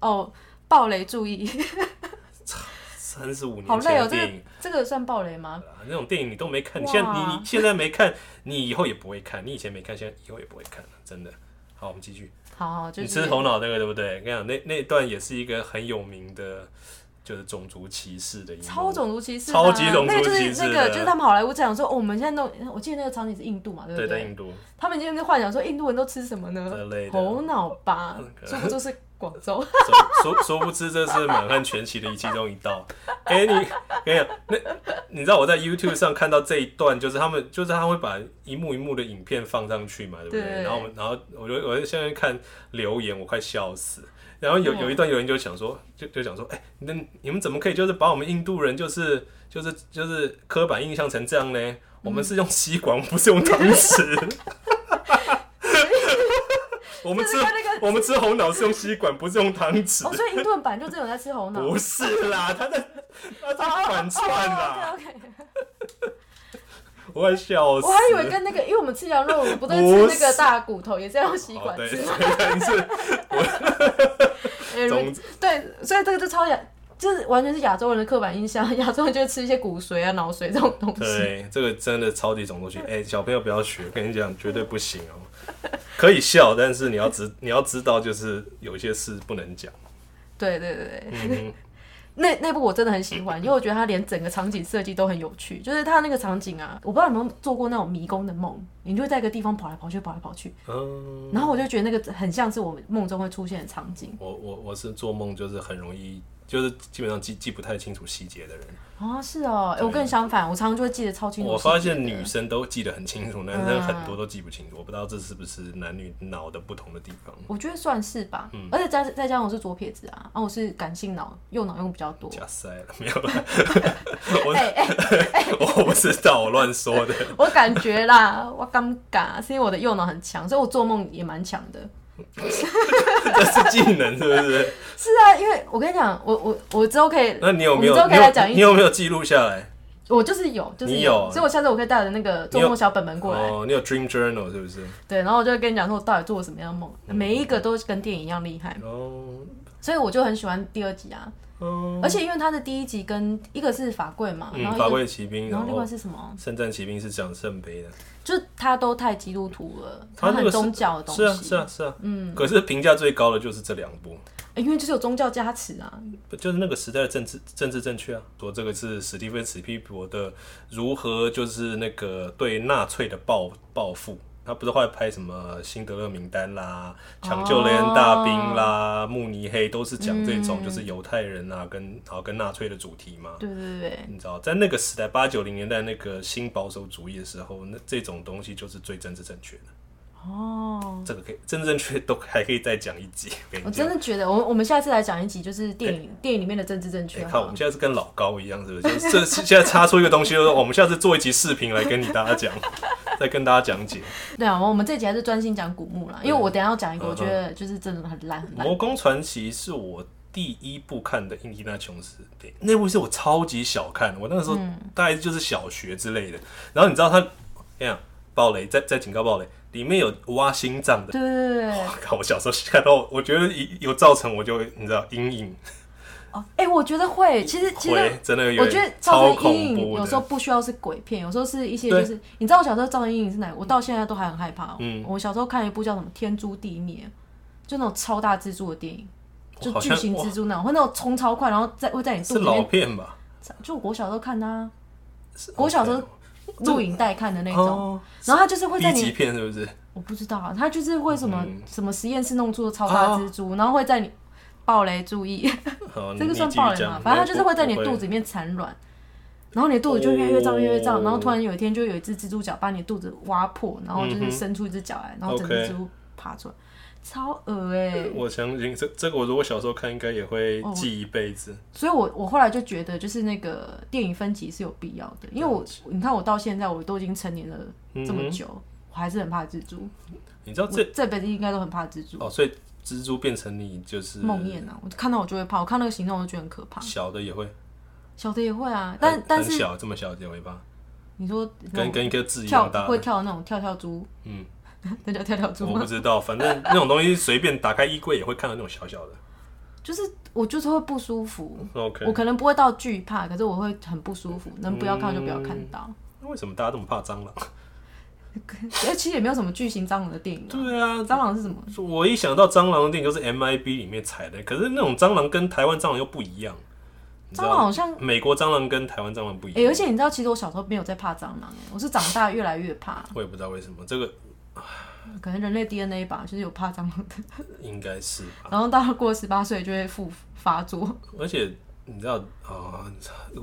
[SPEAKER 2] 哦，暴雷注意，
[SPEAKER 1] 三十五
[SPEAKER 2] 好
[SPEAKER 1] 年
[SPEAKER 2] 累
[SPEAKER 1] 前
[SPEAKER 2] 哦，
[SPEAKER 1] 的
[SPEAKER 2] 这
[SPEAKER 1] 电
[SPEAKER 2] 个
[SPEAKER 1] 影。
[SPEAKER 2] 这个算暴雷吗？
[SPEAKER 1] 啊那种电影你都没看，你
[SPEAKER 2] 哇
[SPEAKER 1] 现在你你现在没看，你以后也不会看，你以前没看，现在以后也不会看了，真的。好，我们继续。
[SPEAKER 2] 好好，就
[SPEAKER 1] 你
[SPEAKER 2] 是
[SPEAKER 1] 吃头脑那个对不对？跟你讲，那那段也是一个很有名的，就是种族歧视的一幕
[SPEAKER 2] 超种族歧视啊，
[SPEAKER 1] 超级种族
[SPEAKER 2] 那个就是
[SPEAKER 1] 歧视
[SPEAKER 2] 那
[SPEAKER 1] 的
[SPEAKER 2] 个就是他们好莱坞这样说，哦我们现在弄，我记得那个场景是印度嘛，对不
[SPEAKER 1] 对，在印度
[SPEAKER 2] 他们今天在幻想说印度人都吃什么呢？
[SPEAKER 1] 之类的，
[SPEAKER 2] 头脑吧
[SPEAKER 1] 那，个
[SPEAKER 2] 殊不知是广 州。
[SPEAKER 1] 说说说不知这是满汉全席的其中一道。哎、你跟你讲，那你知道我在 YouTube 上看到这一段，就是他们就是他会把一幕一幕的影片放上去嘛，对不对？
[SPEAKER 2] 对
[SPEAKER 1] 然后我们然后我就我就现在看留言，我快笑死。然后有
[SPEAKER 2] 嗯
[SPEAKER 1] 有一段留言就想说，就就想说，哎、那你们怎么可以就是把我们印度人就是就是就是刻板印象成这样呢？我们是用吸管，不是用汤
[SPEAKER 2] 嗯
[SPEAKER 1] 匙。我们吃
[SPEAKER 2] 就是跟那个
[SPEAKER 1] 我们吃红脑是用吸管，不是用汤匙。
[SPEAKER 2] 哦，所以印度人本来就真的有在吃猴脑。
[SPEAKER 1] 不是啦，他在他在反串啦，
[SPEAKER 2] o k OK，
[SPEAKER 1] 我快笑死。
[SPEAKER 2] 我还以为跟那个，因为我们吃羊肉，我们不都
[SPEAKER 1] 不
[SPEAKER 2] 是
[SPEAKER 1] 是
[SPEAKER 2] 吃那个大骨头，也是要用吸
[SPEAKER 1] 哦
[SPEAKER 2] 管
[SPEAKER 1] 对，
[SPEAKER 2] 吃。
[SPEAKER 1] 但是
[SPEAKER 2] 哎如
[SPEAKER 1] 总之
[SPEAKER 2] 对，所以这个就超亚，就是完全是亚洲人的刻板印象， 亚洲人就会吃一些骨髓啊、脑髓这种东西。
[SPEAKER 1] 对这个真的超级种族歧视。哎、小朋友不要学，跟你讲绝对不行哦。可以笑，但是你要知你要知道，就是有些事不能讲。
[SPEAKER 2] 对对对对，
[SPEAKER 1] 嗯哼，
[SPEAKER 2] 那那部我真的很喜欢，因为我觉得它连整个场景设计都很有趣。就是它那个场景啊，我不知道你有没有做过那种迷宫的梦，你就会在一个地方跑来跑去，跑来跑去，
[SPEAKER 1] 嗯，
[SPEAKER 2] 然后我就觉得那个很像是我们梦中会出现的场景
[SPEAKER 1] 我我我是做梦，就是很容易，就是基本上记记不太清楚细节的人。
[SPEAKER 2] 啊、是哦，哎我跟你相反，我常常就会记得超清楚。
[SPEAKER 1] 我发现女生都记得很清楚，男生
[SPEAKER 2] 嗯
[SPEAKER 1] 很多都记不清楚。我不知道这是不是男女脑的不同的地方。
[SPEAKER 2] 我觉得算是吧，
[SPEAKER 1] 嗯
[SPEAKER 2] 而且再再加上我是左撇子啊，啊，我是感性脑，右脑用比较多。
[SPEAKER 1] 加塞了没有 啦？我
[SPEAKER 2] 哎哎、
[SPEAKER 1] 我不知道，我乱说的。
[SPEAKER 2] 我感觉啦，我尴尬，是因为我的右脑很强，所以我做梦也蛮强的。
[SPEAKER 1] 这是技能是不 是？
[SPEAKER 2] 是啊，因为我跟你讲，我我我之后可以，
[SPEAKER 1] 那你有没有
[SPEAKER 2] 我们之后
[SPEAKER 1] 你
[SPEAKER 2] 可以来讲
[SPEAKER 1] 有
[SPEAKER 2] 一
[SPEAKER 1] 你有没有记录下来？
[SPEAKER 2] 我就是有，就是
[SPEAKER 1] 你有
[SPEAKER 2] 所以我下次我可以带我的那个做
[SPEAKER 1] 你有
[SPEAKER 2] 梦小本本过来，
[SPEAKER 1] 哦，你有 dream journal 是不是？
[SPEAKER 2] 对，然后我就会跟你讲说我到底做了什么样的梦，
[SPEAKER 1] 嗯
[SPEAKER 2] 每一个都跟电影一样厉害，
[SPEAKER 1] 哦
[SPEAKER 2] 所以我就很喜欢第二集啊，
[SPEAKER 1] 哦，
[SPEAKER 2] 而且因为它的第一集跟一个是法柜嘛，然
[SPEAKER 1] 嗯，
[SPEAKER 2] 后
[SPEAKER 1] 法哦
[SPEAKER 2] 一个
[SPEAKER 1] 贵骑兵，
[SPEAKER 2] 然后
[SPEAKER 1] 然
[SPEAKER 2] 另外
[SPEAKER 1] 后
[SPEAKER 2] 是什么？
[SPEAKER 1] 圣战骑兵是讲圣杯的，
[SPEAKER 2] 就是他都太基督徒了，
[SPEAKER 1] 他那
[SPEAKER 2] 很
[SPEAKER 1] 个是
[SPEAKER 2] 宗教的东西，
[SPEAKER 1] 是啊是啊是啊，嗯。可是评价最高的就是这两部，
[SPEAKER 2] 欸因为就是有宗教加持啊，
[SPEAKER 1] 就是那个时代的政治政治正确啊，说这个是史蒂芬史皮伯的如何就是那个对纳粹的报报复。他不是后来拍什么《辛德勒名单》啦，《抢救雷恩大兵》
[SPEAKER 2] 哦
[SPEAKER 1] 啦，慕尼黑》都是讲这种就是犹太人啊，跟然后跟纳粹的主题嘛。
[SPEAKER 2] 嗯对对对
[SPEAKER 1] 你知道，在那个时代八九零年代那个新保守主义的时候，那这种东西就是最政治正确的。
[SPEAKER 2] 哦，
[SPEAKER 1] 这个可以政治正确都还可以再讲一集。我跟
[SPEAKER 2] 我
[SPEAKER 1] 你讲
[SPEAKER 2] 哦真的觉得，我我们下次来讲一集，就是电影、电影里面的政治正
[SPEAKER 1] 你
[SPEAKER 2] 确、
[SPEAKER 1] 哎看，哎我
[SPEAKER 2] 好
[SPEAKER 1] 们现在是跟老高一样，是不是？就是这现在插出一个东西，就是我们下次做一集视频来跟你大家 讲，再跟大家讲解。
[SPEAKER 2] 对啊，我们这集还是专心讲古墓啦，因为我等一下要讲一
[SPEAKER 1] 嗯
[SPEAKER 2] 个，
[SPEAKER 1] 哼
[SPEAKER 2] 我觉得就是真的很烂很
[SPEAKER 1] 《
[SPEAKER 2] 烂。
[SPEAKER 1] 魔宫传奇》是我第一部看的《印第安琼斯》电影，那部是我超级小看，我那个时候
[SPEAKER 2] 嗯
[SPEAKER 1] 大概就是小学之类的。然后你知道他，哎呀，暴雷，再再警告暴雷，里面有挖心脏的。
[SPEAKER 2] 对对对对对，
[SPEAKER 1] 哇靠！我小时候看到，我觉得有造成我就会你知道阴影，
[SPEAKER 2] 哦，哎、我觉得会，其实其实
[SPEAKER 1] 会真的有
[SPEAKER 2] 我觉
[SPEAKER 1] 点
[SPEAKER 2] 得
[SPEAKER 1] 超
[SPEAKER 2] 造成
[SPEAKER 1] 恐
[SPEAKER 2] 阴影，
[SPEAKER 1] 怖
[SPEAKER 2] 有时候
[SPEAKER 1] 的。
[SPEAKER 2] 不需要是鬼片，有时候是一些
[SPEAKER 1] 对
[SPEAKER 2] 就是，你知道我小时候造成阴影是哪个？我到现在都还很害怕。
[SPEAKER 1] 嗯
[SPEAKER 2] 我小时候看一部叫什么《天诛地灭》，就那种超大蜘蛛的电影，就
[SPEAKER 1] 我好
[SPEAKER 2] 巨
[SPEAKER 1] 像
[SPEAKER 2] 型
[SPEAKER 1] 哇
[SPEAKER 2] 蜘蛛那种，会那种冲超快，然后在会在你肚
[SPEAKER 1] 是
[SPEAKER 2] 子里
[SPEAKER 1] 老
[SPEAKER 2] 面。
[SPEAKER 1] 片吧？
[SPEAKER 2] 就我小时候看的啊，
[SPEAKER 1] 是
[SPEAKER 2] 我小时候录影带看的那种，
[SPEAKER 1] 哦
[SPEAKER 2] 然后它就是会在
[SPEAKER 1] B 级
[SPEAKER 2] 你，
[SPEAKER 1] 片是不是？
[SPEAKER 2] 我不知道啊，它就是会什么
[SPEAKER 1] 嗯啊
[SPEAKER 2] 什么实验室弄出的超大蜘蛛，然后会在你。暴雷注意，
[SPEAKER 1] 好，
[SPEAKER 2] 这
[SPEAKER 1] 你
[SPEAKER 2] 个
[SPEAKER 1] 嗯
[SPEAKER 2] 算
[SPEAKER 1] 你继续
[SPEAKER 2] 暴雷
[SPEAKER 1] 讲
[SPEAKER 2] 嘛？反正它
[SPEAKER 1] 我
[SPEAKER 2] 就是会在你的
[SPEAKER 1] 我
[SPEAKER 2] 肚子里面产卵，然后你的肚子就越来越胀，
[SPEAKER 1] 哦
[SPEAKER 2] 越来越胀，然后突然有一天就有一只蜘蛛脚把你的肚子挖破，然后就是伸出一只脚来，然后整只
[SPEAKER 1] 嗯 OK
[SPEAKER 2] 蜘蛛爬出来，超恶哎、
[SPEAKER 1] 我相信这这个，我如果小时候看，应该也会
[SPEAKER 2] 哦
[SPEAKER 1] 记一辈子。
[SPEAKER 2] 所以我我后来就觉得，就是那个电影分级是有必要的，因为我你看我到现在我都已经成年了这么久，我还是很怕蜘蛛，
[SPEAKER 1] 你知道
[SPEAKER 2] 我
[SPEAKER 1] 嗯啊这
[SPEAKER 2] 这辈子应该都很怕蜘蛛。
[SPEAKER 1] 哦，所以蜘蛛变成你就是
[SPEAKER 2] 梦魇啊，我看到我就会怕，我看那个形状我就觉得很可怕。
[SPEAKER 1] 小的也会，
[SPEAKER 2] 小的也会啊，但
[SPEAKER 1] 很
[SPEAKER 2] 但
[SPEAKER 1] 很
[SPEAKER 2] 是
[SPEAKER 1] 小这么小的也会吧？
[SPEAKER 2] 你说
[SPEAKER 1] 跟
[SPEAKER 2] 那种
[SPEAKER 1] 跟一个字一
[SPEAKER 2] 跳
[SPEAKER 1] 样大
[SPEAKER 2] 会
[SPEAKER 1] 的，
[SPEAKER 2] 跳的那种跳跳猪，
[SPEAKER 1] 嗯，
[SPEAKER 2] 那叫跳跳猪
[SPEAKER 1] 我不
[SPEAKER 2] 吗？
[SPEAKER 1] 知道，反正那种东西随便打开衣柜也会看到那种小小的。
[SPEAKER 2] 就是我就是会不舒服。
[SPEAKER 1] OK，
[SPEAKER 2] 我可能不会到惧怕，可是我会很不舒服，能不要看就不要看
[SPEAKER 1] 嗯
[SPEAKER 2] 到。
[SPEAKER 1] 为什么大家这么怕蟑螂？
[SPEAKER 2] 而其实也没有什么巨型蟑螂的电影、啊。
[SPEAKER 1] 对啊，
[SPEAKER 2] 蟑螂是什么？
[SPEAKER 1] 我一想到蟑螂的电影就是 MIB 里面踩的，可是那种蟑螂跟台湾蟑螂又不一样。你知
[SPEAKER 2] 蟑
[SPEAKER 1] 道
[SPEAKER 2] 螂好像，
[SPEAKER 1] 美国蟑螂跟台湾蟑螂不一
[SPEAKER 2] 诶，
[SPEAKER 1] 样，
[SPEAKER 2] 而且你知道，其实我小时候没有在怕蟑螂、欸诶我是长大越来越怕，
[SPEAKER 1] 我也不知道为什么，这个
[SPEAKER 2] 可能人类 DNA 吧，就是有怕蟑螂的。
[SPEAKER 1] 应该是吧。
[SPEAKER 2] 然后到了过十八岁就会复发作。
[SPEAKER 1] 而且你知道啊、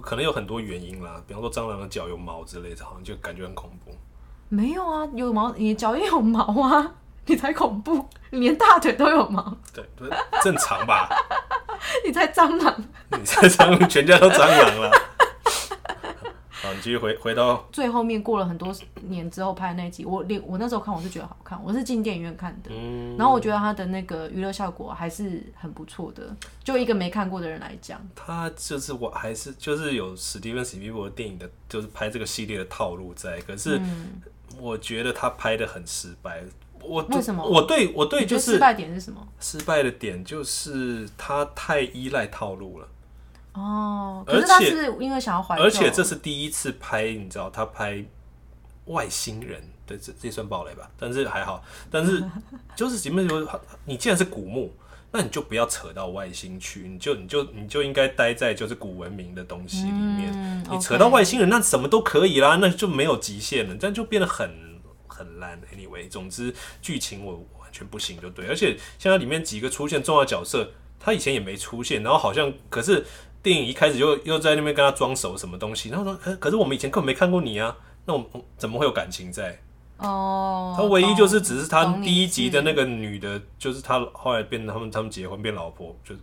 [SPEAKER 1] 可能有很多原因啦，比方说蟑螂的脚有毛之类的，好像就感觉很恐怖。
[SPEAKER 2] 没有啊，有毛，你脚也有毛啊，你才恐怖，你连大腿都有毛，
[SPEAKER 1] 对，不是正常吧？
[SPEAKER 2] 你才蟑螂。
[SPEAKER 1] 你在蟑螂，全家都蟑螂了。好，你继续回回到
[SPEAKER 2] 最后面过了很多年之后拍的那一集，我连我那时候看我是觉得好看，我是进电影院看的。
[SPEAKER 1] 嗯，
[SPEAKER 2] 然后我觉得它的那个娱乐效果还是很不错的，就一个没看过的人来讲，
[SPEAKER 1] 他就是我还是就是有史蒂芬史蒂伯电影的，就是拍这个系列的套路在，可是
[SPEAKER 2] 嗯
[SPEAKER 1] 我觉得他拍的很失败。我
[SPEAKER 2] 为什么
[SPEAKER 1] 我对我对
[SPEAKER 2] 你觉
[SPEAKER 1] 就
[SPEAKER 2] 得失
[SPEAKER 1] 是
[SPEAKER 2] 败点是什么？
[SPEAKER 1] 失败的点就是他太依赖套路了。
[SPEAKER 2] 哦，
[SPEAKER 1] 而
[SPEAKER 2] 可是他
[SPEAKER 1] 且
[SPEAKER 2] 是因为想要怀旧，
[SPEAKER 1] 而且这是第一次拍，你知道他拍外星人对，这这算暴雷吧？但是还好，但是就是前面有你既然是古墓，那你就不要扯到外星去，你就你就你就应该待在就是古文明的东西里面。
[SPEAKER 2] 嗯
[SPEAKER 1] 你
[SPEAKER 2] OK
[SPEAKER 1] 扯到外星人，那什么都可以啦，那就没有极限了，这样就变得很很烂。Anyway，总之剧情我完全不行就对，而且像它里面几个出现重要角色，他以前也没出现，然后好像可是电影一开始又又在那边跟他装熟什么东西，然后说可可是我们以前根本没看过你啊，那我们怎么会有感情在？
[SPEAKER 2] 哦，
[SPEAKER 1] 他唯一就是只是他
[SPEAKER 2] 懂你
[SPEAKER 1] 第一集的
[SPEAKER 2] 是
[SPEAKER 1] 那个女的，就是他后来变他们他们结婚变老婆，就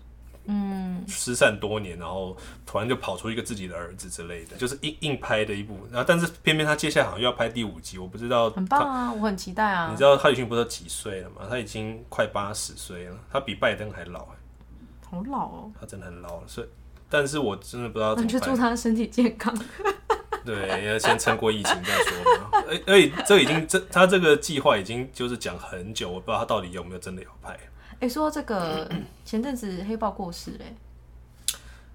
[SPEAKER 2] 嗯，
[SPEAKER 1] 失散多年，然后突然就跑出一个自己的儿子之类的，就是硬硬拍的一部。然后，但是偏偏他接下来好像又要拍第五集，我不知道。
[SPEAKER 2] 很棒啊，我很期待啊
[SPEAKER 1] 你知，道他已经不知道几岁了吗？他已经快八十岁了，他比拜登还老，
[SPEAKER 2] 好老哦，
[SPEAKER 1] 他真的很老了。所以，但是我真的不知道
[SPEAKER 2] 那
[SPEAKER 1] 怎
[SPEAKER 2] 哦你就
[SPEAKER 1] 么
[SPEAKER 2] 祝
[SPEAKER 1] 办。
[SPEAKER 2] 他身体健康。
[SPEAKER 1] 对，要先撑过疫情再说嘛。 而而且这已经这他这个计划已经就是讲很久，我不知道他到底有没有真的有拍，
[SPEAKER 2] 哎，说到这个，前阵子黑豹过世嘞，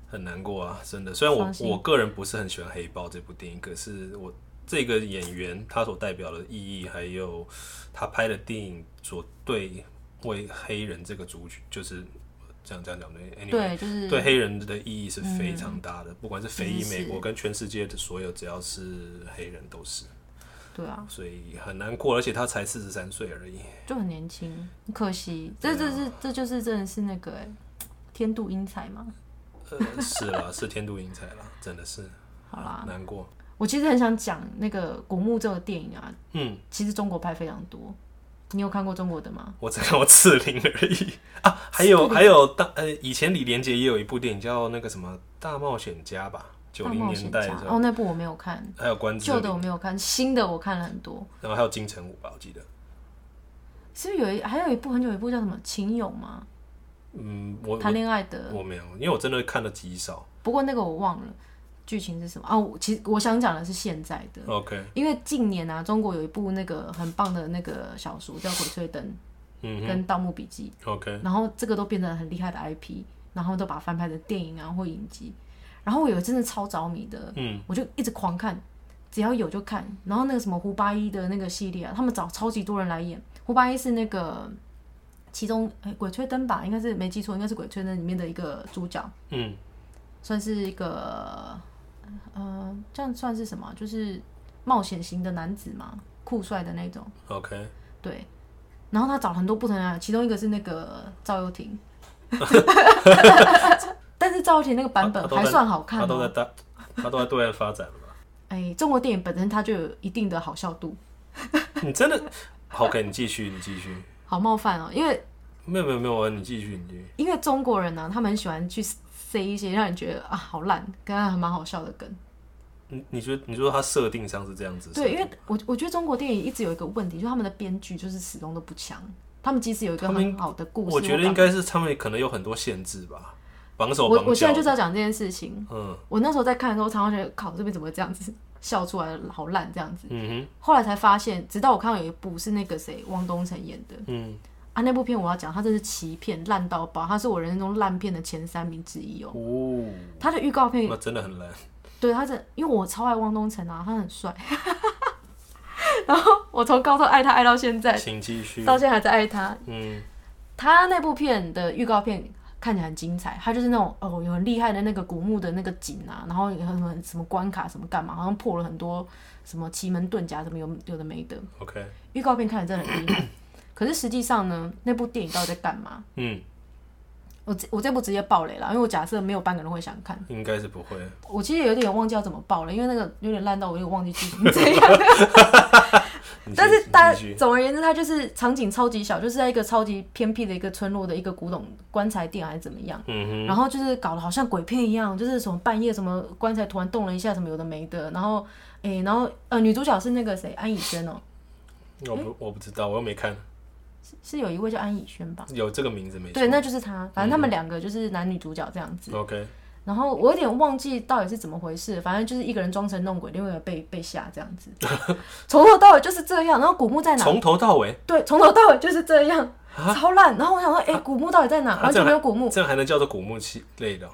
[SPEAKER 1] 很难过啊，真的。虽然我
[SPEAKER 2] 伤心
[SPEAKER 1] 我个人不是很喜欢《黑豹》这部电影，可是我这个演员他所代表的意义，还有他拍的电影所对为黑人这个族群，就是这样这样讲的。Anyway，
[SPEAKER 2] 对，就是
[SPEAKER 1] 对黑人的意义是非常大的，不管是非裔
[SPEAKER 2] 是是
[SPEAKER 1] 美国跟全世界的所有，只要是黑人都是，
[SPEAKER 2] 对啊，
[SPEAKER 1] 所以很难过。而且他才四十三岁而已，
[SPEAKER 2] 就很年轻，很可惜，这这这这就是真的是那个哎，天妒英才嘛。
[SPEAKER 1] 呃，是 啦，是天妒英才啦，真的是
[SPEAKER 2] 好啦，
[SPEAKER 1] 难过。
[SPEAKER 2] 我其实很想讲那个古墓这个电影啊，
[SPEAKER 1] 嗯，
[SPEAKER 2] 其实中国拍非常多，你有看过中国的吗？
[SPEAKER 1] 我只看过刺陵而 已啊，还有还有大呃，以前李连杰也有一部电影叫那个什么《大冒险家》吧，九
[SPEAKER 2] 大
[SPEAKER 1] 零
[SPEAKER 2] 冒
[SPEAKER 1] 年
[SPEAKER 2] 险
[SPEAKER 1] 代
[SPEAKER 2] 家
[SPEAKER 1] 的时候，
[SPEAKER 2] 哦，那部我没有看，
[SPEAKER 1] 还有关之
[SPEAKER 2] 旧
[SPEAKER 1] 琳，
[SPEAKER 2] 的我没有看，新的我看了很多。
[SPEAKER 1] 然后还有金城武吧，我记得。
[SPEAKER 2] 是不是有一还有一部很久有一部叫什么《情友》吗？
[SPEAKER 1] 嗯，我
[SPEAKER 2] 谈恋爱
[SPEAKER 1] 我
[SPEAKER 2] 的，
[SPEAKER 1] 我没有，因为我真的看的极少。
[SPEAKER 2] 不过那个我忘了剧情是什么啊。我其实我想讲的是现在的，
[SPEAKER 1] OK，
[SPEAKER 2] 因为近年啊，中国有一部那个很棒的那个小说叫《鬼吹灯》
[SPEAKER 1] 嗯
[SPEAKER 2] 跟《盗墓笔记》，
[SPEAKER 1] ，OK，
[SPEAKER 2] 然后这个都变成很厉害的 IP，然后都把它翻拍成电影啊或影集。然后我有真的超着迷的，
[SPEAKER 1] 嗯，
[SPEAKER 2] 我就一直狂看，只要有就看。然后那个什么胡八一的那个系列啊，他们找超级多人来演。胡八一是那个其中《哎鬼吹灯》吧，应该是没记错，应该是《鬼吹灯》里面的一个主角，
[SPEAKER 1] 嗯，
[SPEAKER 2] 算是一个呃，这样算是什么？就是冒险型的男子嘛，酷帅的那种。
[SPEAKER 1] OK，
[SPEAKER 2] 对，然后他找很多不同的人，其中一个是那个赵又 廷，但是赵又廷那个版本
[SPEAKER 1] 他
[SPEAKER 2] 还算好看
[SPEAKER 1] 啊他都
[SPEAKER 2] 哦、
[SPEAKER 1] 在大，他都在对外发展 了吧？
[SPEAKER 2] 哎，中国电影本身它就有一定的好笑度，
[SPEAKER 1] 你真的 OK？你继续，你继续。
[SPEAKER 2] 好冒犯哦、因为
[SPEAKER 1] 没有没有没有，你继续，你继续。
[SPEAKER 2] 因为中国人呢、啊他们很喜欢去塞一些让人觉得啊好烂，跟他还蛮好笑的梗。
[SPEAKER 1] 你你觉得你说他设定上是这样子？
[SPEAKER 2] 对，因为我我觉得中国电影一直有一个问题，就是他们的编剧就是始终都不强。他们即使有一个
[SPEAKER 1] 他们
[SPEAKER 2] 很好的故事，
[SPEAKER 1] 我觉得应该是他们可能有很多限制吧，绑手
[SPEAKER 2] 我
[SPEAKER 1] 绑脚
[SPEAKER 2] 我。我现在就是要讲这件事情。
[SPEAKER 1] 嗯
[SPEAKER 2] 我那时候在看的时候，常常觉得靠这边怎么会这样子 笑出来，好烂这样子。
[SPEAKER 1] 嗯
[SPEAKER 2] 后来才发现，直到我看到有一部是那个谁汪东城演的，
[SPEAKER 1] 哼嗯
[SPEAKER 2] 啊，那部片我要讲，它真是奇片烂到爆，它是我人生中烂片的前三名之一哦。
[SPEAKER 1] 哦，
[SPEAKER 2] 它的预告片
[SPEAKER 1] 那真的很烂。
[SPEAKER 2] 对他这，因为我超爱汪东城啊，他很帅。 然后我从高中爱他爱到现在，
[SPEAKER 1] 请继续。
[SPEAKER 2] 呃到现在还在爱他。
[SPEAKER 1] 嗯，
[SPEAKER 2] 他那部片的预告片看起来很精彩，他就是那种哦，有很厉害的那个古墓的那个景啊，然后有什么什么关卡什么干嘛，好像破了很多什么奇门遁甲什么有有的没的。
[SPEAKER 1] OK，
[SPEAKER 2] 预告片看起来真的很厉害，可是实际上呢，那部电影到底在干嘛？
[SPEAKER 1] 嗯，
[SPEAKER 2] 我这我这部直接爆雷了，因为我假设没有半个人会想看。
[SPEAKER 1] 应该是不会。
[SPEAKER 2] 我其实有点忘记要怎么报了，因为那个有点烂到我有点忘记剧情是怎样。
[SPEAKER 1] 你继
[SPEAKER 2] 但是
[SPEAKER 1] 你
[SPEAKER 2] 大
[SPEAKER 1] 继续
[SPEAKER 2] 总而言之，它就是场景超级小，就是在一个超级偏僻的一个村落的一个古董棺材店还是怎么样。
[SPEAKER 1] 嗯
[SPEAKER 2] 然后就是搞得好像鬼片一样，就是什么半夜什么棺材突然动了一下，什么有的没的。然后，诶、然后呃，女主角是那个谁，安以轩哦、
[SPEAKER 1] 哼，我不我不知道，我又没看，
[SPEAKER 2] 是是有一位叫安以轩吧？
[SPEAKER 1] 有这个名字没错？嗯
[SPEAKER 2] 对，那就是她。反正他们两个就是男女主角这样子。
[SPEAKER 1] OK，
[SPEAKER 2] 然后我有点忘记到底是怎么回事，反正就是一个人装神弄鬼，另外一个被被吓这样 子，从头到尾就是这样。然后古墓在哪？
[SPEAKER 1] 从头到尾，
[SPEAKER 2] 对，从头到尾就是这样，超烂。然后我想说，哎、古墓到底在哪？
[SPEAKER 1] 啊
[SPEAKER 2] 完
[SPEAKER 1] 这
[SPEAKER 2] 全
[SPEAKER 1] 样
[SPEAKER 2] 没有
[SPEAKER 1] 还
[SPEAKER 2] 古墓。
[SPEAKER 1] 这样还能叫做古墓系类的哦？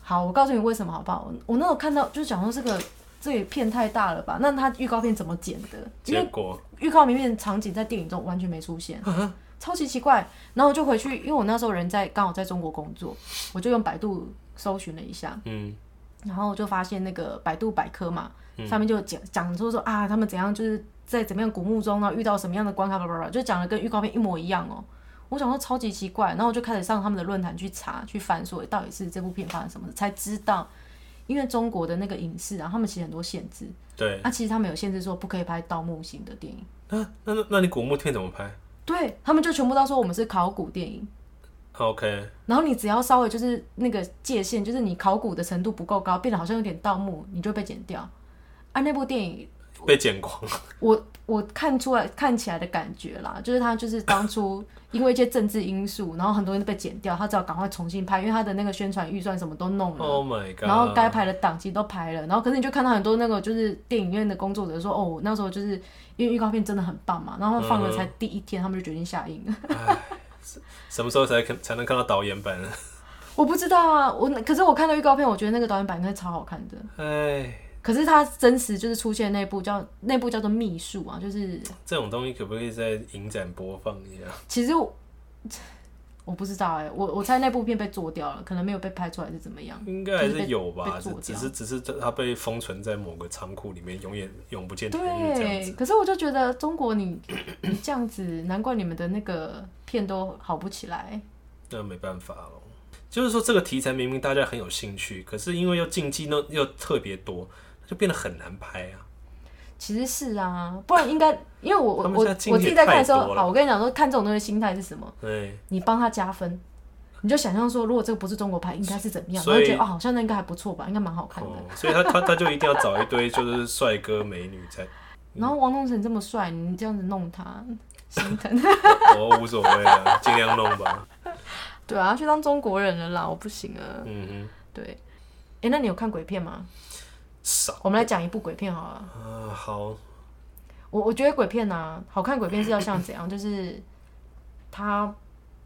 [SPEAKER 2] 好，我告诉你为什么好不好？我我那时候看到就是讲说这个这个片太大了吧？那他预告片怎么剪的？因
[SPEAKER 1] 结
[SPEAKER 2] 为
[SPEAKER 1] 果
[SPEAKER 2] 预告里面的场景在电影中完全没出现，超级奇怪。然后我就回去，因为我那时候人在刚好在中国工作，我就用百度搜寻了一下，
[SPEAKER 1] 嗯，
[SPEAKER 2] 然后就发现那个百度百科嘛，上面就讲讲说说啊，他们怎样就是在怎么样古墓中呢，然后遇到什么样的关卡，叭叭叭，就讲的跟预告片一模一样哦。我想说超级奇怪，然后我就开始上他们的论坛去查去翻，说到底是这部片发生什么事，才知道，因为中国的那个影视啊，他们其实很多限制，
[SPEAKER 1] 对。
[SPEAKER 2] 啊，其实他们有限制说不可以拍盗墓型的电影，
[SPEAKER 1] 那那那那你古墓片怎么拍
[SPEAKER 2] 对他们就全部都说我们是考古电影，
[SPEAKER 1] ？OK，
[SPEAKER 2] 然后你只要稍微就是那个界限，就是你考古的程度不够高，变得好像有点盗墓，你就被剪掉。啊，那部电影
[SPEAKER 1] 被剪光了。
[SPEAKER 2] 我我看出来看起来的感觉啦，就是他就是当初因为一些政治因素，然后很多人都被剪掉，他只好赶快重新拍，因为他的那个宣传预算什么都弄了。
[SPEAKER 1] Oh my god！
[SPEAKER 2] 嗯然后该排的档期都排了，然后可是你就看到很多那个就是电影院的工作者说，哦，那时候就是因为预告片真的很棒嘛，然后放了
[SPEAKER 1] 嗯
[SPEAKER 2] 才第一天，他们就决定下映了。
[SPEAKER 1] 什么时候才看才能看到导演版呢？
[SPEAKER 2] 我不知道啊，我可是我看到预告片，我觉得那个导演版应该超好看的。
[SPEAKER 1] 哎，
[SPEAKER 2] 可是他真实就是出现那部叫那部叫做《秘术》啊，就是
[SPEAKER 1] 这种东西可不可以在影展播放一下？
[SPEAKER 2] 其实我 我不知道哎、我我猜那部片被做掉了，可能没有被拍出来是怎么样。
[SPEAKER 1] 应该还是有吧，
[SPEAKER 2] 就是被被做
[SPEAKER 1] 只只
[SPEAKER 2] 掉
[SPEAKER 1] 是只是它被封存在某个仓库里面，永远永不见天日这样
[SPEAKER 2] 对，
[SPEAKER 1] 子。
[SPEAKER 2] 可是我就觉得中国你 你这样子，难怪你们的那个片都好不起来。
[SPEAKER 1] 那没办法了。就是说，这个题材明明大家很有兴趣，可是因为又禁忌呢又特别多，就变得很难拍啊。
[SPEAKER 2] 其实是啊，不然应该因为我我
[SPEAKER 1] 他们
[SPEAKER 2] 我
[SPEAKER 1] 现在
[SPEAKER 2] 我自己在看的时
[SPEAKER 1] 经济也太
[SPEAKER 2] 候，
[SPEAKER 1] 多了
[SPEAKER 2] 好，我跟你讲说，看这种东西的心态是什么？
[SPEAKER 1] 对，
[SPEAKER 2] 你帮他加分，你就想象说，如果这个不是中国拍，应该是怎么样？然
[SPEAKER 1] 所
[SPEAKER 2] 后
[SPEAKER 1] 以
[SPEAKER 2] 觉得哦，好像那应该还不错吧，应该蛮好看的。
[SPEAKER 1] 哦，所以他他他就一定要找一堆就是帅哥美女才，
[SPEAKER 2] 然后王东城这么帅，你这样子弄他，心疼。
[SPEAKER 1] 哦无所谓了，尽量弄吧。
[SPEAKER 2] 对啊，去当中国人了啦，我不行啊。
[SPEAKER 1] 嗯哼，
[SPEAKER 2] 对，哎、那你有看鬼片吗？
[SPEAKER 1] 少
[SPEAKER 2] 我们来讲一部鬼片好了。
[SPEAKER 1] 啊，好，
[SPEAKER 2] 我我觉得鬼片啊，好看鬼片是要像怎样，就是它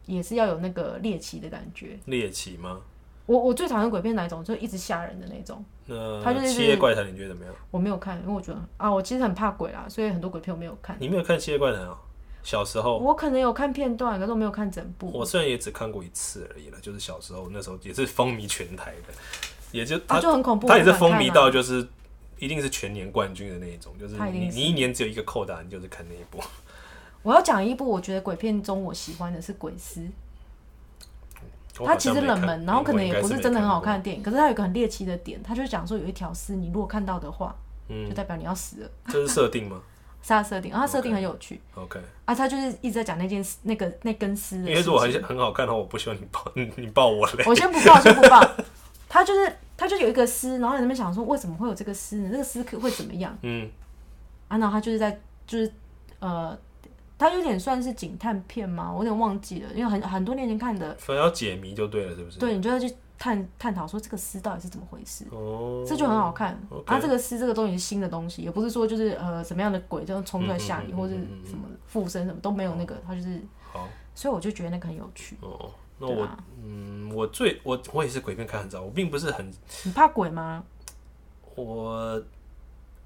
[SPEAKER 2] 也是要有那个猎奇的感觉。
[SPEAKER 1] 猎奇吗？
[SPEAKER 2] 我我最讨厌鬼片哪一种，就是一直吓人的那种。
[SPEAKER 1] 那
[SPEAKER 2] 他就是
[SPEAKER 1] 七夜怪谈》你觉得怎么样？
[SPEAKER 2] 我没有看，因为我觉得啊，我其实很怕鬼啦，所以很多鬼片我没有看。
[SPEAKER 1] 你没有看《七夜怪谈》啊？小时候，
[SPEAKER 2] 我可能有看片段，可是我没有看整部。
[SPEAKER 1] 我虽然也只看过一次而已了，就是小时候那时候也是风靡全台的，也就他
[SPEAKER 2] 啊，就很恐怖。
[SPEAKER 1] 他也是
[SPEAKER 2] 我不敢
[SPEAKER 1] 风
[SPEAKER 2] 看
[SPEAKER 1] 靡
[SPEAKER 2] 啊
[SPEAKER 1] 到就是一定是全年冠军的那一种，就是
[SPEAKER 2] 他一定
[SPEAKER 1] 你
[SPEAKER 2] 是
[SPEAKER 1] 你一年只有一个扣打，你就是看那一部。
[SPEAKER 2] 我要讲一部我觉得鬼片中我喜欢的是《鬼丝》，它其实冷门，然后可能也不是真的很好看的电影，可是它有一个很猎奇的点，它就是讲说有一条丝，你如果看到的话，
[SPEAKER 1] 嗯
[SPEAKER 2] 就代表你要死了，
[SPEAKER 1] 我。这是设定吗
[SPEAKER 2] 是它的设定，然后它设定很有趣
[SPEAKER 1] ？OK，
[SPEAKER 2] 啊，它就是一直在讲那件丝那个那根丝的
[SPEAKER 1] 因为
[SPEAKER 2] 事情。
[SPEAKER 1] 如果很很好看哎的话，我不希望你爆 你爆我嘞。
[SPEAKER 2] 我先不报，先不报。它就是它就有一个丝，然后你在那边想说为什么会有这个丝呢？这个丝可会怎么样？
[SPEAKER 1] 嗯，
[SPEAKER 2] 啊，然后他就是在就是呃，他有点算是警探片吗？我有点忘记了，因为很很多年前看的。
[SPEAKER 1] 反正要解谜就对了，是不是？
[SPEAKER 2] 对，你就要去探探讨说这个诗到底是怎么回事，
[SPEAKER 1] 哦，
[SPEAKER 2] 这就很好看。
[SPEAKER 1] OK
[SPEAKER 2] 啊，这个诗这个东西是新的东西，也不是说就是呃什么样的鬼就冲出来吓
[SPEAKER 1] 嗯嗯
[SPEAKER 2] 你，
[SPEAKER 1] 嗯
[SPEAKER 2] 或者
[SPEAKER 1] 嗯嗯嗯
[SPEAKER 2] 什么附身什么都没有那个，它就是
[SPEAKER 1] 好
[SPEAKER 2] 所以我就觉得那个很有趣。
[SPEAKER 1] 哦。那
[SPEAKER 2] 对
[SPEAKER 1] 我、
[SPEAKER 2] 啊
[SPEAKER 1] 嗯，我最我我也是鬼片看很早，我并不是很
[SPEAKER 2] 你怕鬼吗？
[SPEAKER 1] 我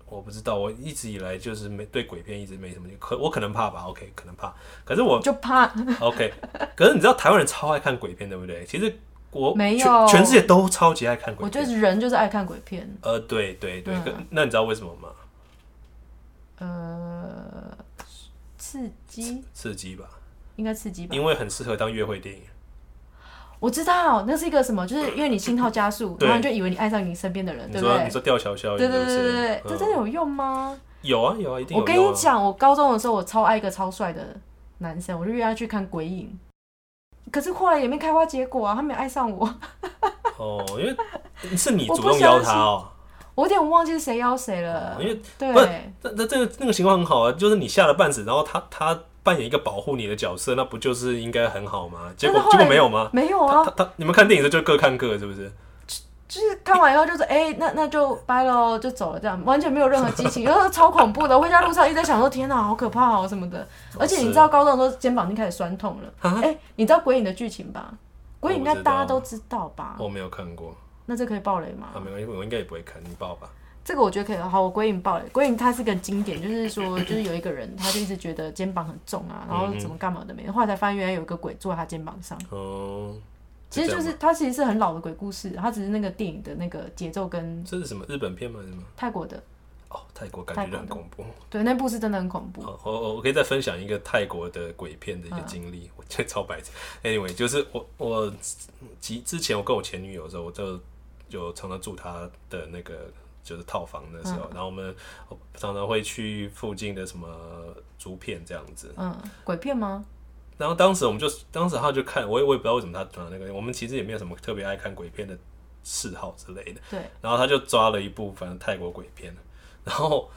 [SPEAKER 1] 我不知道，我一直以来就是没对鬼片一直没什么，可我可能怕吧，OK，可能怕，可是我
[SPEAKER 2] 就怕
[SPEAKER 1] OK，可 是你知道台湾人超爱看鬼片，对不对？其实我
[SPEAKER 2] 没
[SPEAKER 1] 全
[SPEAKER 2] 有
[SPEAKER 1] 全世界都超级爱看鬼
[SPEAKER 2] 我觉
[SPEAKER 1] 片。
[SPEAKER 2] 得人就是爱看鬼片。
[SPEAKER 1] 呃，对对对，
[SPEAKER 2] 嗯
[SPEAKER 1] 可那你知道为什么吗？
[SPEAKER 2] 呃，刺激
[SPEAKER 1] 刺激吧，
[SPEAKER 2] 应该刺激吧？
[SPEAKER 1] 因为很适合当约会电影。
[SPEAKER 2] 我知道那是一个什么，就是因为你心跳加速，
[SPEAKER 1] 对
[SPEAKER 2] 然后你就以为你爱上你身边的人，
[SPEAKER 1] 你
[SPEAKER 2] 对不
[SPEAKER 1] 说你
[SPEAKER 2] 对？
[SPEAKER 1] 说吊桥效应，
[SPEAKER 2] 对
[SPEAKER 1] 对
[SPEAKER 2] 对对对对，
[SPEAKER 1] 不
[SPEAKER 2] 这
[SPEAKER 1] 对
[SPEAKER 2] 真的
[SPEAKER 1] 嗯
[SPEAKER 2] 有用吗？
[SPEAKER 1] 有啊有啊，一定有、啊。
[SPEAKER 2] 我跟你讲，我高中的时候，我超爱一个超帅的男生，我就约他去看鬼影，可是后来也没开花结果啊，他没有爱上我，
[SPEAKER 1] 哦，因为是你
[SPEAKER 2] 我
[SPEAKER 1] 主
[SPEAKER 2] 不
[SPEAKER 1] 动邀他哦。
[SPEAKER 2] 我有点忘记是谁邀谁了
[SPEAKER 1] 哦。因为不是
[SPEAKER 2] 对，
[SPEAKER 1] 那那这个那个情况很好啊，就是你吓了半死，然后他他扮演一个保护你的角色，那不就是应该很好吗？结
[SPEAKER 2] 但
[SPEAKER 1] 果
[SPEAKER 2] 是后来
[SPEAKER 1] 结果没有吗？
[SPEAKER 2] 没有
[SPEAKER 1] 他
[SPEAKER 2] 啊
[SPEAKER 1] 他，他，你们看电影的时候就各看各，是不是？
[SPEAKER 2] 就是看完以后就是哎、那那就掰喽，就走了，这样完全没有任何激情，然 后超恐怖的。我回家路上一直在想说，天哪，好可怕哦什么的。而且你知道高中的时候肩膀已经开始酸痛了。
[SPEAKER 1] 啊
[SPEAKER 2] 哎、你知道鬼影的剧情吧？鬼影应该
[SPEAKER 1] 我不知道哦
[SPEAKER 2] 大家都知道吧？
[SPEAKER 1] 我没有看过
[SPEAKER 2] 那这可以爆雷吗？
[SPEAKER 1] 啊，没关系，我应该也不会看，你报吧。
[SPEAKER 2] 这个我觉得可以。好，我鬼影爆雷，鬼影它是个经典，就是说， 就是有一个人，他就一直觉得肩膀很重
[SPEAKER 1] 嗯
[SPEAKER 2] 啊，然后怎么干嘛的没，后来才发现原来有一个鬼坐在他肩膀上。
[SPEAKER 1] 哦，
[SPEAKER 2] 其实就
[SPEAKER 1] 这
[SPEAKER 2] 是
[SPEAKER 1] 样吗
[SPEAKER 2] 它其实是很老的鬼故事，它只是那个电影的那个节奏跟
[SPEAKER 1] 这是什么日本片吗？什么？
[SPEAKER 2] 泰国的，
[SPEAKER 1] 哦，泰国感
[SPEAKER 2] 泰国
[SPEAKER 1] 觉
[SPEAKER 2] 的
[SPEAKER 1] 很恐怖。
[SPEAKER 2] 对，那部是真的很恐怖。
[SPEAKER 1] 哦，我我我可以再分享一个泰国的鬼片的一个经历，我觉得超白痴。Anyway，就是我我之之前我跟我前女友的时候，我就有常常住她的那个就是套房那时候，然后我们我常常会去附近的什么竹片这样子，
[SPEAKER 2] 嗯，鬼片吗？
[SPEAKER 1] 然后当时我们就，当时他就看，我也我也不知道为什么他转那个，我们其实也没有什么特别爱看鬼片的嗜好之类的。
[SPEAKER 2] 对，
[SPEAKER 1] 然后他就抓了一部反正泰国鬼片，然后